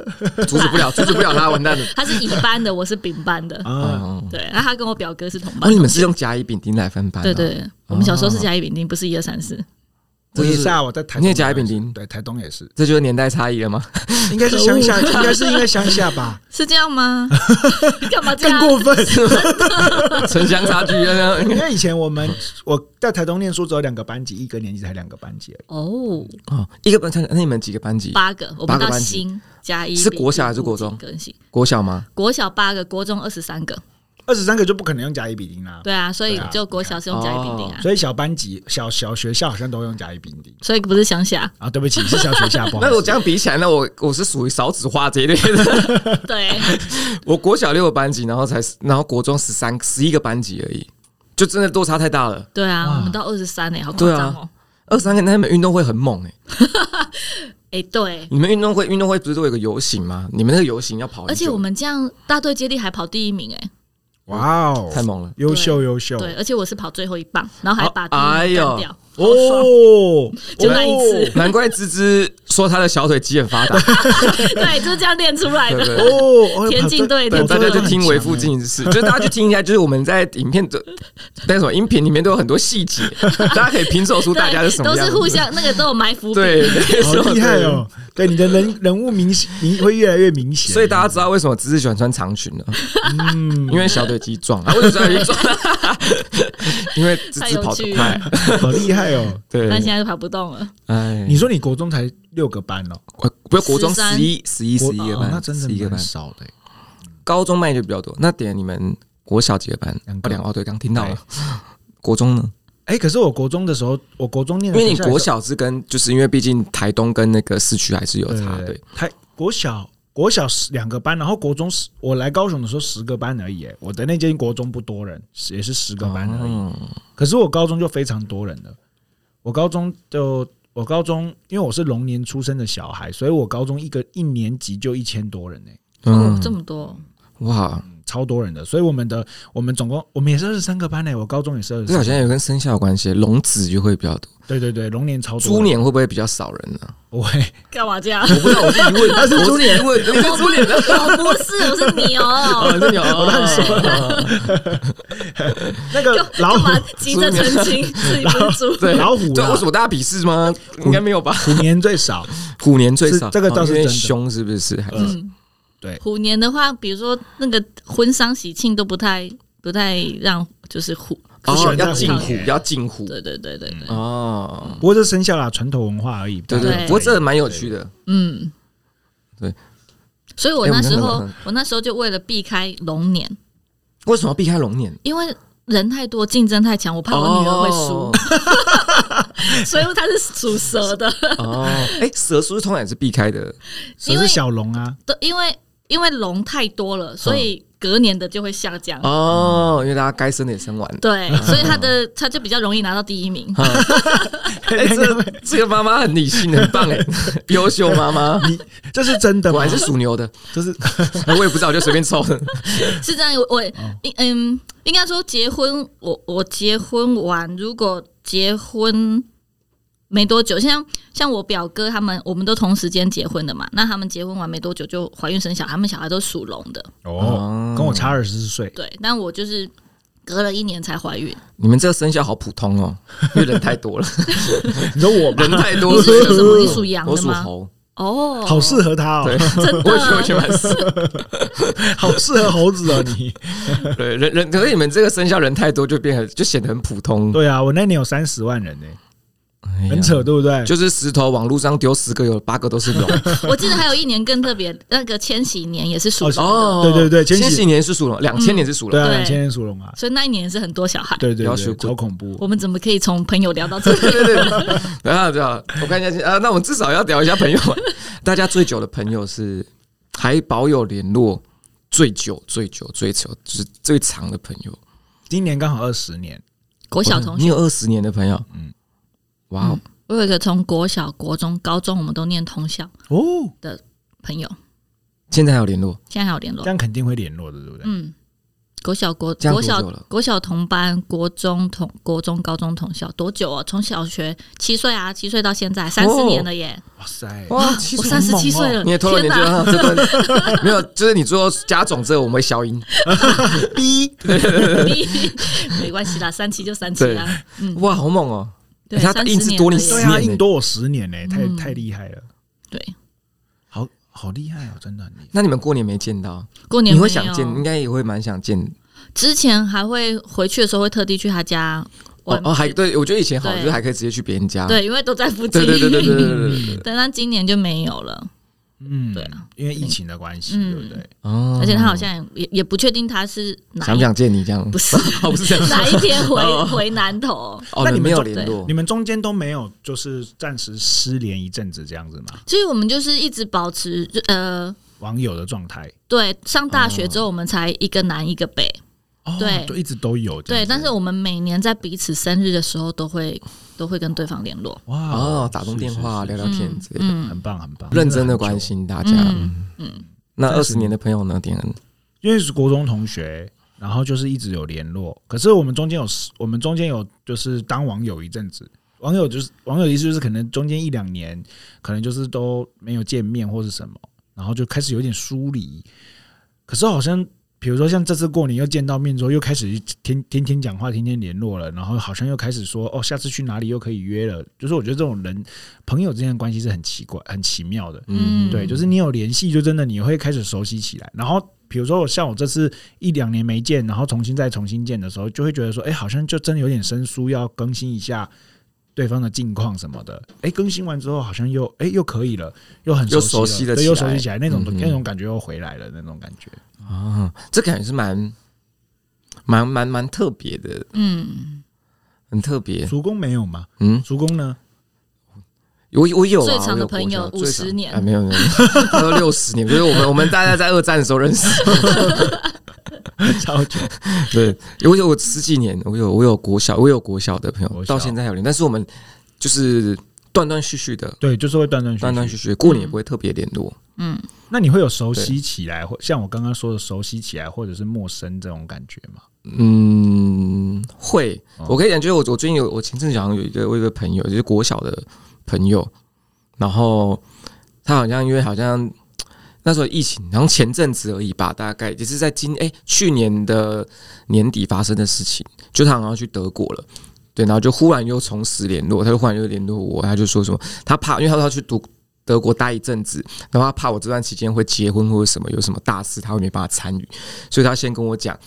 [SPEAKER 3] 阻止不 了，阻止不了他，完蛋了。
[SPEAKER 2] 他是乙班的，我是丙班的。
[SPEAKER 4] 啊，
[SPEAKER 3] 哦，
[SPEAKER 2] 对，那他跟我表哥是同
[SPEAKER 3] 哦
[SPEAKER 2] 班。
[SPEAKER 3] 你们是用甲乙丙丁来分班？啊哦
[SPEAKER 2] 对。对，我们小时候是甲乙丙丁，不是一二三四。
[SPEAKER 4] 我也是啊，我在台东
[SPEAKER 3] 你也加一饼丁
[SPEAKER 4] 对，台东也是，
[SPEAKER 3] 这就是年代差异了 吗？
[SPEAKER 4] 应该是乡下，
[SPEAKER 2] 哦
[SPEAKER 4] 应该是应该乡下吧，
[SPEAKER 2] 是这样 吗？你干嘛这
[SPEAKER 4] 更
[SPEAKER 2] 样？
[SPEAKER 4] 过分。
[SPEAKER 3] 城乡差距，
[SPEAKER 4] 因为以前我们我在台东念书只有两个班级，一个年级才两个班级而已，
[SPEAKER 2] 哦，
[SPEAKER 3] 哦，一个班，那你们几个班级？
[SPEAKER 2] 八个，我
[SPEAKER 3] 八
[SPEAKER 2] 们
[SPEAKER 3] 个
[SPEAKER 2] 到
[SPEAKER 3] 班级
[SPEAKER 2] 新加一
[SPEAKER 3] 是
[SPEAKER 2] 丙
[SPEAKER 3] 国小还是
[SPEAKER 2] 丁
[SPEAKER 3] 国中
[SPEAKER 2] 更新
[SPEAKER 3] 国小吗？
[SPEAKER 2] 国小八个，国中二十三个。
[SPEAKER 4] 二十三个就不可能用甲乙丙丁啦。
[SPEAKER 2] 对啊，所以
[SPEAKER 4] 对啊
[SPEAKER 2] 就国小是用甲乙丙丁啊，
[SPEAKER 3] 哦
[SPEAKER 4] 所以小班级、小小学校好像都用甲乙丙丁
[SPEAKER 2] 所以不是乡 下。
[SPEAKER 4] 啊。对不起，是小 学校，不好意
[SPEAKER 3] 那
[SPEAKER 4] 思
[SPEAKER 3] 我这样比起来，那我我是属于少子化这一类的。
[SPEAKER 2] 对，
[SPEAKER 3] 我国小六个班级，然后才然后国中十三十一个班级而已，就真的落差太大了。
[SPEAKER 2] 对啊，
[SPEAKER 4] 哇
[SPEAKER 2] 我们到二十三哎，好
[SPEAKER 3] 啊
[SPEAKER 2] 夸张哦。
[SPEAKER 3] 二三个，那你们运动会很猛哎、
[SPEAKER 2] 哎，对，
[SPEAKER 3] 你们运动会运动会不是都有个游行吗？你们那个游行要跑很久，
[SPEAKER 2] 而且我们这样大队接力还跑第一名哎，
[SPEAKER 4] 哇
[SPEAKER 3] 太
[SPEAKER 4] 哦，
[SPEAKER 3] 猛了。
[SPEAKER 4] 优秀优秀，
[SPEAKER 2] 对，而且我是跑最后一棒，然后还把第
[SPEAKER 3] 啊哎
[SPEAKER 2] 一名
[SPEAKER 3] 呦
[SPEAKER 2] 干掉。
[SPEAKER 4] 哦，
[SPEAKER 2] 就那一次
[SPEAKER 3] 难怪芝芝说她的小腿肌很发 达，
[SPEAKER 2] 对，就是这样练出来
[SPEAKER 3] 对不
[SPEAKER 2] 的。
[SPEAKER 3] 对？
[SPEAKER 4] 哦，哦
[SPEAKER 2] 田径队
[SPEAKER 4] 跑
[SPEAKER 2] 对
[SPEAKER 4] 这
[SPEAKER 3] 大家就
[SPEAKER 4] 跑这
[SPEAKER 3] 听
[SPEAKER 4] 很
[SPEAKER 3] 为
[SPEAKER 4] 强
[SPEAKER 3] 父
[SPEAKER 4] 欸
[SPEAKER 3] 近事，就是大家去听一下，就是我们在影 片的那什么音频里面都有很多细节，大家可以拼凑出大家是什
[SPEAKER 2] 对，
[SPEAKER 3] 么
[SPEAKER 2] 都
[SPEAKER 3] 样
[SPEAKER 2] 是
[SPEAKER 3] 子
[SPEAKER 2] 互相那个都有埋伏笔。
[SPEAKER 3] 对，
[SPEAKER 4] 好 厉害哦！对，你的人人物明显明会越来越明显，
[SPEAKER 3] 所以大家知道为什么芝芝喜欢穿长裙了，
[SPEAKER 4] 嗯，
[SPEAKER 3] 因为小腿肌壮啊，为什么小腿肌 壮？因为芝芝跑得快
[SPEAKER 2] 太，
[SPEAKER 4] 好厉害哦！
[SPEAKER 3] 对，
[SPEAKER 2] 但现在就跑不动了。
[SPEAKER 3] 哎，
[SPEAKER 4] 你说你国中才六个班哦，
[SPEAKER 3] 呃不是国中
[SPEAKER 2] 13
[SPEAKER 3] 十一、十一、十
[SPEAKER 4] 国
[SPEAKER 3] 一个
[SPEAKER 4] 哦那
[SPEAKER 3] 班，
[SPEAKER 4] 真
[SPEAKER 3] 十
[SPEAKER 4] 的
[SPEAKER 3] 一个
[SPEAKER 4] 蛮
[SPEAKER 3] 班，
[SPEAKER 4] 少的欸。
[SPEAKER 3] 高中卖就比较多。那点你们国小几个班？
[SPEAKER 4] 两个
[SPEAKER 3] 哦，两个哦，对，刚听到了。 国中呢？
[SPEAKER 4] 哎，可是我国中的时候，我国中
[SPEAKER 3] 因
[SPEAKER 4] 念的
[SPEAKER 3] 为你
[SPEAKER 4] 学校
[SPEAKER 3] 国小是跟，就是因为毕竟台东跟那个市区还是有
[SPEAKER 4] 对
[SPEAKER 3] 差，
[SPEAKER 4] 对
[SPEAKER 3] 对
[SPEAKER 4] 对，台国小。国小十两个班，然后国中十，我来高雄的时候十个班而已欸。我的那间国中不多人，也是十个班而已。
[SPEAKER 3] 嗯，
[SPEAKER 4] 可是我高中就非常多人了，我高中就我高中，因为我是龙年出生的小孩，所以我高中一个一年级就一千多人呢、嗯
[SPEAKER 2] 哦，这
[SPEAKER 3] 嗯，
[SPEAKER 2] 么多，
[SPEAKER 3] 哇，
[SPEAKER 4] 超多人的。所以我们的我们总共我们也是二十三个班呢、我高中也是二
[SPEAKER 3] 这
[SPEAKER 4] 十
[SPEAKER 3] 好，像有跟生肖有关系，龙子就会比较多，
[SPEAKER 4] 对对对，龙年超多人。
[SPEAKER 3] 猪年会不会比较少人呢？
[SPEAKER 4] 不会，
[SPEAKER 2] 干嘛这样？
[SPEAKER 3] 我不知道，我是 疑问，他是猪年，疑问，你是猪年的，
[SPEAKER 2] 我不是，我是牛。
[SPEAKER 3] 哦，那你 我乱说
[SPEAKER 4] 那个老
[SPEAKER 2] 干嘛
[SPEAKER 4] 虎
[SPEAKER 2] 急着澄清自己不是猪？
[SPEAKER 3] 对，
[SPEAKER 4] 老虎
[SPEAKER 3] 这
[SPEAKER 4] 啦
[SPEAKER 3] 为什么大家鄙视吗？啊 应该没有吧？
[SPEAKER 4] 虎年最少，
[SPEAKER 3] 虎年最少，
[SPEAKER 4] 是这个倒是
[SPEAKER 3] 哦因为
[SPEAKER 4] 真的
[SPEAKER 3] 凶是不是？还是
[SPEAKER 4] 嗯，
[SPEAKER 2] 嗯，
[SPEAKER 4] 对
[SPEAKER 2] 虎年的话，比如说那个婚丧喜庆都不太不太让，就是虎。
[SPEAKER 4] 不喜
[SPEAKER 3] 哦
[SPEAKER 4] 欢，
[SPEAKER 3] 要
[SPEAKER 4] 在
[SPEAKER 3] 进
[SPEAKER 4] 虎
[SPEAKER 3] 虎，
[SPEAKER 4] 年
[SPEAKER 3] 要进虎
[SPEAKER 2] 对对对对对，
[SPEAKER 3] 哦，
[SPEAKER 4] 不过这生肖啦，传统文化而已。
[SPEAKER 3] 对
[SPEAKER 4] 大家
[SPEAKER 3] 对，
[SPEAKER 2] 对
[SPEAKER 3] 不过这个蛮有趣的，
[SPEAKER 2] 嗯，
[SPEAKER 3] 对。
[SPEAKER 2] 所以我
[SPEAKER 3] 哎
[SPEAKER 2] 那
[SPEAKER 3] 我们
[SPEAKER 2] 时
[SPEAKER 3] 那个
[SPEAKER 2] 候
[SPEAKER 3] 很，
[SPEAKER 2] 我那时候就为了避开龙年，
[SPEAKER 3] 为什么要避开龙年？
[SPEAKER 2] 因为人太多，竞争太强，我怕我女儿会输，
[SPEAKER 3] 哦
[SPEAKER 2] 所以她是属蛇的。
[SPEAKER 3] 哦哦，哎，蛇叔通常也是避开 的，
[SPEAKER 4] 蛇是小龙啊，
[SPEAKER 2] 对，因为因为龙太多了，所以隔年的就会下降。
[SPEAKER 3] 哦，因为大家该生的也生完了。
[SPEAKER 2] 对，所以他的他就比较容易拿到第一名。
[SPEAKER 3] 哎，这这个妈妈很理性，很棒哎， 优秀妈妈。
[SPEAKER 4] 这是真的
[SPEAKER 3] 果
[SPEAKER 4] 吗
[SPEAKER 3] 然？是属牛的，
[SPEAKER 4] 这是
[SPEAKER 3] 我也不知道，我就随便抽。
[SPEAKER 2] 是这样，我应嗯，应该说结婚，我我结婚完，如果结婚没多久，像像我表哥他们，我们都同时间结婚的嘛，那他们结婚完没多久就怀孕生小孩，他们小孩都属龙的，
[SPEAKER 4] 哦，跟我差二十四岁，
[SPEAKER 2] 对，但我就是隔了一年才怀孕，
[SPEAKER 3] 你们这个生肖好普通哦，因为人太多了，
[SPEAKER 4] 你说我吧
[SPEAKER 3] 人，太多
[SPEAKER 2] 你
[SPEAKER 3] 了。
[SPEAKER 2] 是属什么？你属羊
[SPEAKER 3] 我
[SPEAKER 2] 的
[SPEAKER 3] 属
[SPEAKER 2] 吗？
[SPEAKER 3] 猴，
[SPEAKER 2] 哦，
[SPEAKER 4] 好适合他
[SPEAKER 3] 对
[SPEAKER 4] 哦，，
[SPEAKER 3] 我也觉得我觉得蛮适合。
[SPEAKER 4] 好适合猴子哦， 你。
[SPEAKER 3] 对，人人可是你们这个生肖人太多，就变得就显得很普通。
[SPEAKER 4] 对啊，我那年有三十万人呢，
[SPEAKER 3] 哎呀
[SPEAKER 4] 很扯，对不对？
[SPEAKER 3] 就是石头往路上丢十个，有八个都 是龙。
[SPEAKER 2] 我记得还有一年更特别，那个千禧年也是属龙，
[SPEAKER 3] 哦
[SPEAKER 4] 对对对千禧
[SPEAKER 3] 千禧年嗯是属龙，两千年是属
[SPEAKER 4] 对
[SPEAKER 3] 龙。
[SPEAKER 4] 啊，
[SPEAKER 2] 对
[SPEAKER 4] 两千年属龙啊，
[SPEAKER 2] 所以那一年也是很多小孩。
[SPEAKER 4] 对对
[SPEAKER 3] 要学
[SPEAKER 4] 对，
[SPEAKER 3] 过
[SPEAKER 4] 超恐怖。
[SPEAKER 2] 我们怎么可以从朋友聊到这里？
[SPEAKER 3] 对对对，啊等一下等一下，我看一下啊，那我们至少要聊一下朋友。 大家最久的朋友是还保有联络最久、最久、最久，就是最长的朋友。
[SPEAKER 4] 今年刚好二十年，
[SPEAKER 2] 国小同
[SPEAKER 3] 你
[SPEAKER 2] 学，
[SPEAKER 3] 有二十年的朋友，嗯，哇哦，
[SPEAKER 2] 我有一个从国小、国中、高中我们都念同校
[SPEAKER 4] 哦，
[SPEAKER 2] 朋友，
[SPEAKER 3] 现在还有联络，
[SPEAKER 2] 现在还有联络
[SPEAKER 4] 这。样肯定会联络的，对不对？
[SPEAKER 2] 嗯，国小国
[SPEAKER 3] 这样
[SPEAKER 2] 国
[SPEAKER 3] 多久
[SPEAKER 2] 小
[SPEAKER 3] 了
[SPEAKER 2] 国小同班，国中同国中高中同校多久啊？从小学七岁啊，七岁到现在三十
[SPEAKER 3] 哦
[SPEAKER 2] 年了 耶！
[SPEAKER 4] 哇塞，
[SPEAKER 3] 哇，其
[SPEAKER 2] 我
[SPEAKER 3] 实
[SPEAKER 2] 三十七岁了，
[SPEAKER 3] 你也透露
[SPEAKER 2] 天
[SPEAKER 3] 年纪
[SPEAKER 2] 哪！
[SPEAKER 3] 了，这段没有，就是你最后加总这个我们会消 音。
[SPEAKER 2] 没关系啦，三七就三七啦。嗯，
[SPEAKER 3] 哇，好猛哦！
[SPEAKER 2] 对，
[SPEAKER 3] 他
[SPEAKER 2] 三
[SPEAKER 3] 硬
[SPEAKER 2] 十
[SPEAKER 3] 是
[SPEAKER 2] 年
[SPEAKER 3] 多
[SPEAKER 2] 了
[SPEAKER 3] 你
[SPEAKER 2] 耶
[SPEAKER 3] 十
[SPEAKER 4] 对
[SPEAKER 3] 年
[SPEAKER 4] 啊，
[SPEAKER 3] 呢
[SPEAKER 4] 硬多我十年呢，太
[SPEAKER 2] 嗯
[SPEAKER 4] 太厉害了，
[SPEAKER 2] 对，
[SPEAKER 4] 好好厉害哦，真的很厉害。
[SPEAKER 3] 那你们过年没见到，
[SPEAKER 2] 过年
[SPEAKER 3] 你会
[SPEAKER 2] 没
[SPEAKER 3] 想
[SPEAKER 2] 有
[SPEAKER 3] 见，应该也会蛮想见。
[SPEAKER 2] 之前还会回去的时候会特地去他家
[SPEAKER 3] 哦
[SPEAKER 2] 玩，
[SPEAKER 3] 哦，还对我觉得以前好，
[SPEAKER 2] 嗯对
[SPEAKER 3] 就是还可以直接去别人家。
[SPEAKER 2] 对，因为嗯都在附近。
[SPEAKER 3] 对对对对对对对对对。
[SPEAKER 2] 对 但今年就没有了，
[SPEAKER 4] 嗯，
[SPEAKER 2] 对啊，
[SPEAKER 4] 因为疫情的关系，
[SPEAKER 2] 嗯
[SPEAKER 4] 对不对？
[SPEAKER 3] 哦
[SPEAKER 2] 而且他好像也也不确定他是哪
[SPEAKER 3] 想
[SPEAKER 2] 一
[SPEAKER 3] 不想见你这样？
[SPEAKER 2] 不是
[SPEAKER 3] 哦，不是这 样。
[SPEAKER 2] 哪一天回
[SPEAKER 3] 哦
[SPEAKER 2] 回南投。
[SPEAKER 3] 哦，
[SPEAKER 4] 那
[SPEAKER 3] 你
[SPEAKER 4] 你
[SPEAKER 3] 没
[SPEAKER 4] 们
[SPEAKER 3] 有
[SPEAKER 4] 就
[SPEAKER 3] 联络
[SPEAKER 4] 你，们中间都没有就是暂时失联一阵子这样子吗？
[SPEAKER 2] 所以我们就是一直保持就呃，
[SPEAKER 4] 网友的状态，
[SPEAKER 2] 对，上大学之后我们才一个南一个北，
[SPEAKER 4] 哦
[SPEAKER 2] 对
[SPEAKER 4] 就一直都有这样
[SPEAKER 2] 对，
[SPEAKER 4] 子。
[SPEAKER 2] 但是我们每年在彼此生日的时候都会都会跟对方联络，
[SPEAKER 4] 哇
[SPEAKER 3] 哦，打通电话
[SPEAKER 4] 是
[SPEAKER 3] 聊
[SPEAKER 4] 是
[SPEAKER 3] 聊天
[SPEAKER 2] 嗯
[SPEAKER 3] 之类的，
[SPEAKER 4] 是
[SPEAKER 2] 嗯
[SPEAKER 4] 很棒很棒，
[SPEAKER 3] 认真的关。心大家。
[SPEAKER 2] 嗯嗯，
[SPEAKER 3] 那二
[SPEAKER 4] 但是
[SPEAKER 3] 十年的朋友呢？点恩
[SPEAKER 4] 因为是国中同学，然后就是一直有联络。可是我们中间有，我们中间有就是当网友一阵子，网友就是网友的意思就是可能中间一两年，可能就是都没有见面或是什么，然后就开始有点疏离。可是好像比如说像这次过年又见到面之后，又开始天天天讲话，天天联络了，然后好像又开始说哦，下次去哪里又可以约了。就是我觉得这种人朋友之间的关系是很奇怪、很奇妙的。
[SPEAKER 2] 嗯
[SPEAKER 4] 对，就是你有联系，就真的你会开始熟悉起来。然后比如说我像我这次一两年没见，然后重新再重新见的时候，就会觉得说，哎、好像就真的有点生疏，要更新一下对方的近况什么的。哎、更新完之后好像又哎、又可以了，又很
[SPEAKER 3] 又熟
[SPEAKER 4] 熟
[SPEAKER 3] 悉
[SPEAKER 4] 悉
[SPEAKER 3] 了
[SPEAKER 4] 了，对，
[SPEAKER 3] 起
[SPEAKER 4] 又
[SPEAKER 3] 来
[SPEAKER 4] 熟悉起来，那种、
[SPEAKER 3] 嗯哼
[SPEAKER 4] 那种感觉又回来了，那种感觉。
[SPEAKER 3] 啊，这感觉是蛮蛮蛮蛮特别的，
[SPEAKER 2] 嗯，
[SPEAKER 3] 很特别。
[SPEAKER 4] 主公没有吗？
[SPEAKER 3] 嗯，
[SPEAKER 4] 主公呢？
[SPEAKER 3] 我我有啊
[SPEAKER 2] 最长的
[SPEAKER 3] 我有
[SPEAKER 2] 朋友
[SPEAKER 3] 国小最长
[SPEAKER 2] 50年
[SPEAKER 3] 啊，没有没有， 他说六十年，就是我们我们大家在二战的时候认识，
[SPEAKER 4] 超久，
[SPEAKER 3] 对，我有我十几年，我有我有国小，我有国小的朋友，
[SPEAKER 4] 国小
[SPEAKER 3] 到现在还有联，但是我们就是断断续续的，
[SPEAKER 4] 对，就是会断断续
[SPEAKER 3] 断断
[SPEAKER 4] 续
[SPEAKER 3] 续。续，过年也不会特别联络，
[SPEAKER 2] 嗯
[SPEAKER 4] 那你会有熟悉起来，或像我刚刚说的熟悉起来，或者是陌生这种感觉吗？
[SPEAKER 3] 嗯，会
[SPEAKER 4] 哦，
[SPEAKER 3] 我可以讲，就是我我最近有我前阵子好像有一个我有一个朋友，就是国小的朋友，然后他好像因为好像那时候疫情，然后前阵子而已吧，大概也是在今哎、去年的年底发生的事情，就他好像去德国了。对，然后就忽然又重拾联络，他就忽然又联络我，他就说什么他怕，因为他说他去读德国待一阵子，然后他怕我这段期间会结婚或者什么有什么大事，他会没办法参与，所以他先跟我讲，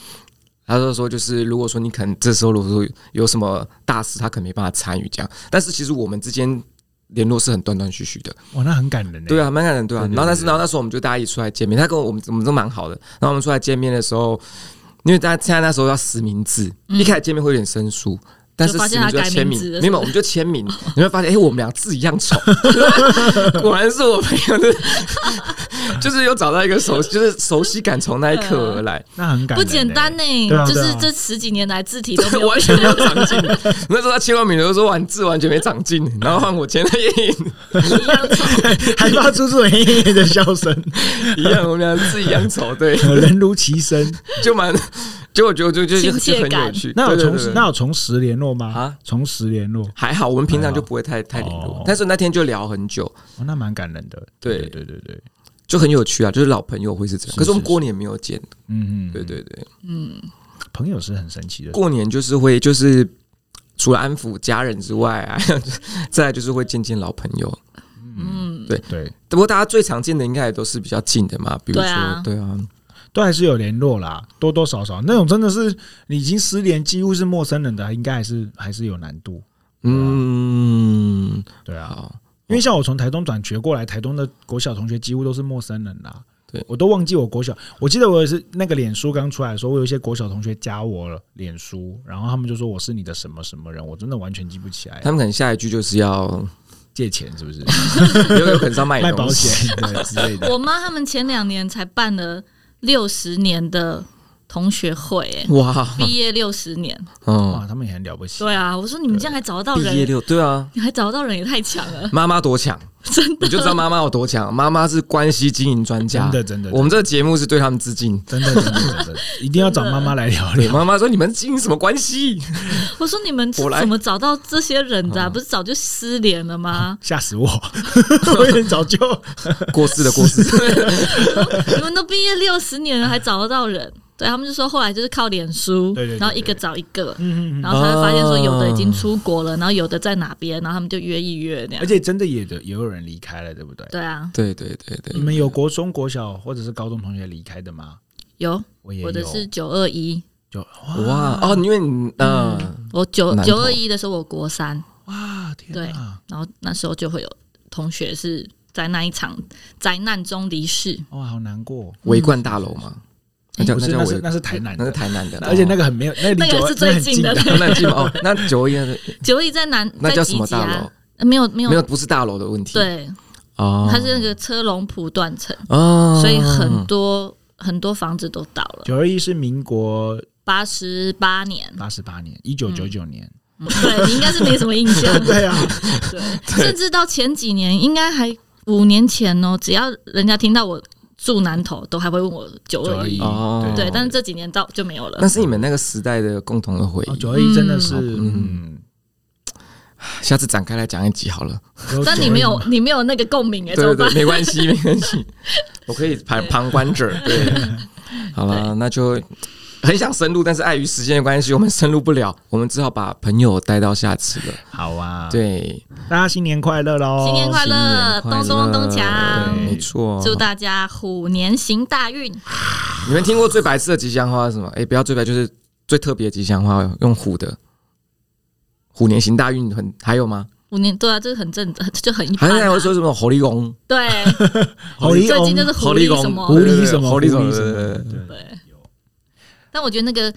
[SPEAKER 3] 他就说就是如果说你可能这时候如果说有什么大事，他可能没办法参与这样，但是其实我们之间联络是很断断续续的，
[SPEAKER 4] 哇，那很感人欸呢、
[SPEAKER 3] 对啊，蛮感人，对啊。
[SPEAKER 4] 对对
[SPEAKER 3] 然后但
[SPEAKER 4] 对
[SPEAKER 3] 是
[SPEAKER 4] 对
[SPEAKER 3] 然后那时候我们就大家一起出来见面，他跟我我们我们都蛮好的。然后我们出来见面的时候，因为大家现在那时候要实名制，一开始见面会有点生疏。但
[SPEAKER 2] 嗯
[SPEAKER 3] 是
[SPEAKER 2] 就发
[SPEAKER 3] 实
[SPEAKER 2] 现
[SPEAKER 3] 名
[SPEAKER 2] 他
[SPEAKER 3] 就要
[SPEAKER 2] 改
[SPEAKER 3] 签
[SPEAKER 2] 名
[SPEAKER 3] 名
[SPEAKER 2] 字，了
[SPEAKER 3] 没
[SPEAKER 2] 是不
[SPEAKER 3] 有，
[SPEAKER 2] 是
[SPEAKER 3] 我们就签名， 你会发现，哎、我们俩字一 样丑，果然是我朋友的， 就是又找到一个熟，就是熟悉感从那一刻而来，
[SPEAKER 4] 那很感人、
[SPEAKER 2] 不简单。呢、
[SPEAKER 4] 对啊
[SPEAKER 2] 就
[SPEAKER 4] 对
[SPEAKER 2] 是
[SPEAKER 4] 啊
[SPEAKER 2] 这十几年来字体都没有
[SPEAKER 3] 完全没有长进。那时候他签完名的时候说，完字完全没长进，然后换我签了也
[SPEAKER 2] 一样丑，
[SPEAKER 4] 还发出这种嘿嘿嘿的笑声，
[SPEAKER 3] 一样，我们俩字一样丑，对，
[SPEAKER 4] 人如其声。
[SPEAKER 3] 就蛮，就我觉得就就就
[SPEAKER 2] 亲切
[SPEAKER 3] 就很有
[SPEAKER 2] 感
[SPEAKER 3] 趣。
[SPEAKER 4] 那有
[SPEAKER 3] 对对
[SPEAKER 4] 重
[SPEAKER 3] 对
[SPEAKER 4] 那有重拾联络吗？
[SPEAKER 3] 啊
[SPEAKER 4] 啊，重拾联络，
[SPEAKER 3] 还好，我们平常就不会太太联络
[SPEAKER 4] 哦，
[SPEAKER 3] 但是那天就聊很久，
[SPEAKER 4] 哦，那蛮感人的。
[SPEAKER 3] 对
[SPEAKER 4] 对对对对，
[SPEAKER 3] 就很有趣啊，就是老朋友会是这样。
[SPEAKER 4] 是
[SPEAKER 3] 可是我们
[SPEAKER 4] 是
[SPEAKER 3] 过年没有见，
[SPEAKER 4] 嗯嗯，
[SPEAKER 3] 对，对对，
[SPEAKER 4] 朋友是很神奇的。
[SPEAKER 3] 过年就是会就是除了安抚家人之外啊， 再来就是会见见老朋友。
[SPEAKER 2] 嗯，
[SPEAKER 4] 对，
[SPEAKER 3] 不过大家最常见的应该也都是比较近的嘛，比如
[SPEAKER 2] 对
[SPEAKER 3] 说
[SPEAKER 2] 啊
[SPEAKER 3] 对啊，
[SPEAKER 4] 都还是有联络啦，多多少少那种真的是你已经失联，几乎是陌生人的，应该还是还是有难度。
[SPEAKER 3] 嗯，
[SPEAKER 4] 对啊，
[SPEAKER 3] 好，
[SPEAKER 4] 因为像我从台东转学过来，台东的国小同学几乎都是陌生人啦。
[SPEAKER 3] 对
[SPEAKER 4] 我都忘记我国小，我记得我也是那个脸书刚出来的时候，我有一些国小同学加我了脸书，然后他们就说我是你的什么什么人，我真的完全记不起来
[SPEAKER 3] 他。们可能下一句就是要，
[SPEAKER 4] 借钱是不是？
[SPEAKER 3] 有有可能是要 卖你
[SPEAKER 4] 卖
[SPEAKER 3] 东
[SPEAKER 4] 保
[SPEAKER 3] 西，
[SPEAKER 4] 险对之类的。
[SPEAKER 2] 我妈他们前两年才办了六十年的同学会、哎，
[SPEAKER 3] 哇，
[SPEAKER 2] 毕业六十年。
[SPEAKER 3] 嗯，
[SPEAKER 4] 哇，他们也很了不起。
[SPEAKER 2] 对啊，我说你们这样还找得到
[SPEAKER 3] 毕业
[SPEAKER 2] 人，
[SPEAKER 3] 六，对啊，
[SPEAKER 2] 你还找得到人也太强 了。
[SPEAKER 3] 妈妈多强，真的，你就知道妈妈有多强，妈妈是关系经营专家，
[SPEAKER 4] 真的真的
[SPEAKER 3] 我们这个节目是对他们致敬。
[SPEAKER 4] 真的真的真 的真的，一定要找妈妈来聊
[SPEAKER 3] 对，
[SPEAKER 4] 聊。？
[SPEAKER 3] 妈妈说你们经营什么关系？
[SPEAKER 2] 我说你们是
[SPEAKER 3] 我来
[SPEAKER 2] 怎么找到这些人的、啊？不是早就失联了吗
[SPEAKER 4] 吓死我！我有点早 就
[SPEAKER 3] 过世的过世，
[SPEAKER 2] 你们都毕业六十年了，还找得到人？对他们就说后来就是靠脸书，
[SPEAKER 4] 对对对对
[SPEAKER 2] 然后一个找一个，
[SPEAKER 4] 嗯，嗯嗯
[SPEAKER 2] 然后才会发现说有的已经出国了，然后有的在哪边，然后他们就约一约那
[SPEAKER 4] 而
[SPEAKER 2] 样。
[SPEAKER 4] 且真的也的也有人离开了，对不对？
[SPEAKER 2] 对啊，
[SPEAKER 3] 对对对
[SPEAKER 4] 你
[SPEAKER 3] 对，
[SPEAKER 4] 们有国中、国小或者是高中同学离开的吗？
[SPEAKER 2] 有
[SPEAKER 4] 我也有，
[SPEAKER 2] 我的是九二一，
[SPEAKER 4] 就
[SPEAKER 3] 哇哦，因为你嗯，
[SPEAKER 2] 我九
[SPEAKER 3] 南投
[SPEAKER 2] 九二一的时候我国三，
[SPEAKER 4] 哇天哪！
[SPEAKER 2] 然后那时候就会有同学是在那一场灾难中离世。
[SPEAKER 4] 哇，好难过。
[SPEAKER 3] 围冠大楼嘛，那叫
[SPEAKER 4] 不是，
[SPEAKER 3] 叫
[SPEAKER 4] 那是
[SPEAKER 3] 围，
[SPEAKER 4] 那是台南
[SPEAKER 3] 那是
[SPEAKER 4] 的，
[SPEAKER 3] 台南的，
[SPEAKER 4] 而且那
[SPEAKER 3] 个
[SPEAKER 4] 个很没有，那离
[SPEAKER 2] 那个
[SPEAKER 4] 九
[SPEAKER 2] 是
[SPEAKER 4] 二
[SPEAKER 2] 最
[SPEAKER 4] 很
[SPEAKER 2] 近的
[SPEAKER 4] 的。
[SPEAKER 3] 那记吗哦，那九一那
[SPEAKER 2] 九二一在南，
[SPEAKER 3] 那
[SPEAKER 2] 在
[SPEAKER 3] 叫什
[SPEAKER 2] 集
[SPEAKER 3] 么
[SPEAKER 2] 集
[SPEAKER 3] 大
[SPEAKER 2] 啊
[SPEAKER 3] 楼？？
[SPEAKER 2] 呃没有没有
[SPEAKER 3] 没有，不是大楼的问题。
[SPEAKER 2] 对，
[SPEAKER 3] 哦，
[SPEAKER 2] 它是那个车龙浦断层，
[SPEAKER 3] 哦，
[SPEAKER 2] 所以很多很多房子都倒了。
[SPEAKER 4] 九二一是民国
[SPEAKER 2] 八十八年，
[SPEAKER 3] 啊
[SPEAKER 4] 八十八年，一九九九年。
[SPEAKER 2] 嗯对你应该是没什么印象。
[SPEAKER 4] 对啊，
[SPEAKER 2] 对，甚至到前几年，应该还五年前哦，只要人家听到我住南头，都还会问我九二一
[SPEAKER 4] 921。
[SPEAKER 3] 哦，
[SPEAKER 2] 嗯对，但是这几年到就没有了
[SPEAKER 3] 那。是你们那个时代的共同的回忆
[SPEAKER 4] 哦九，二一真的是，
[SPEAKER 3] 嗯
[SPEAKER 4] 嗯，
[SPEAKER 3] 下次展开来讲一集好嗯了。
[SPEAKER 2] 但你没有，你没有那个共鸣哎，怎
[SPEAKER 3] 对
[SPEAKER 2] 么
[SPEAKER 3] 对
[SPEAKER 2] 办
[SPEAKER 3] 对，？没关系，没关系，我可以旁旁观 者。对，好了，那就很想深入，但是碍于时间的关系，我们深入不了，我们只好把朋友带到下次了。
[SPEAKER 4] 好啊，，
[SPEAKER 3] 对，
[SPEAKER 4] 大家新年快乐 喽！
[SPEAKER 2] 新年快
[SPEAKER 3] 哦新
[SPEAKER 2] 乐，
[SPEAKER 3] 年快乐哦
[SPEAKER 2] 咚咚咚锵！
[SPEAKER 4] 对
[SPEAKER 3] 没错。
[SPEAKER 2] 祝大家虎年行大运！
[SPEAKER 3] 你们听过最白痴的吉祥话是什么？哎，不要最白，就是最特别的吉祥话，用虎的。虎年行大运很还有吗？
[SPEAKER 2] 虎年对啊，这个很正，就很一
[SPEAKER 3] 还
[SPEAKER 2] 般
[SPEAKER 3] 有
[SPEAKER 2] 啊。
[SPEAKER 3] 还会说什么狐狸公？
[SPEAKER 2] 对，
[SPEAKER 4] 狐狸
[SPEAKER 2] 最近就
[SPEAKER 4] 翁
[SPEAKER 2] 是
[SPEAKER 3] 狐
[SPEAKER 2] 狐
[SPEAKER 3] 狸
[SPEAKER 2] 狸
[SPEAKER 3] 公
[SPEAKER 2] 什
[SPEAKER 3] 狐
[SPEAKER 4] 狐
[SPEAKER 2] 么，
[SPEAKER 4] 狸什么
[SPEAKER 3] 狐狸什
[SPEAKER 4] 什
[SPEAKER 3] 么
[SPEAKER 4] 么什
[SPEAKER 3] 对
[SPEAKER 4] 么
[SPEAKER 3] 对
[SPEAKER 4] 对
[SPEAKER 2] 对。但我觉得那个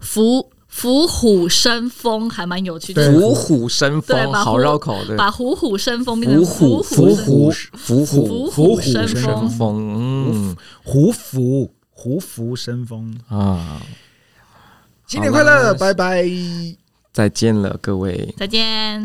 [SPEAKER 2] 伏伏虎生风还蛮有趣，就是
[SPEAKER 3] 虎虎生
[SPEAKER 2] 对
[SPEAKER 3] 风，
[SPEAKER 2] 把
[SPEAKER 3] 好
[SPEAKER 2] 虎
[SPEAKER 3] 绕口。对，
[SPEAKER 2] 把虎虎生风变
[SPEAKER 3] 伏
[SPEAKER 2] 成虎
[SPEAKER 3] 虎
[SPEAKER 2] 生
[SPEAKER 3] 虎伏虎
[SPEAKER 2] 伏
[SPEAKER 4] 伏
[SPEAKER 2] 虎
[SPEAKER 4] 虎
[SPEAKER 2] 生
[SPEAKER 4] 生
[SPEAKER 2] 风。
[SPEAKER 3] 生风，嗯
[SPEAKER 4] 胡服胡服生风，
[SPEAKER 3] 啊，
[SPEAKER 4] 新年快乐，拜拜。
[SPEAKER 3] 再见了各位。
[SPEAKER 2] 再见。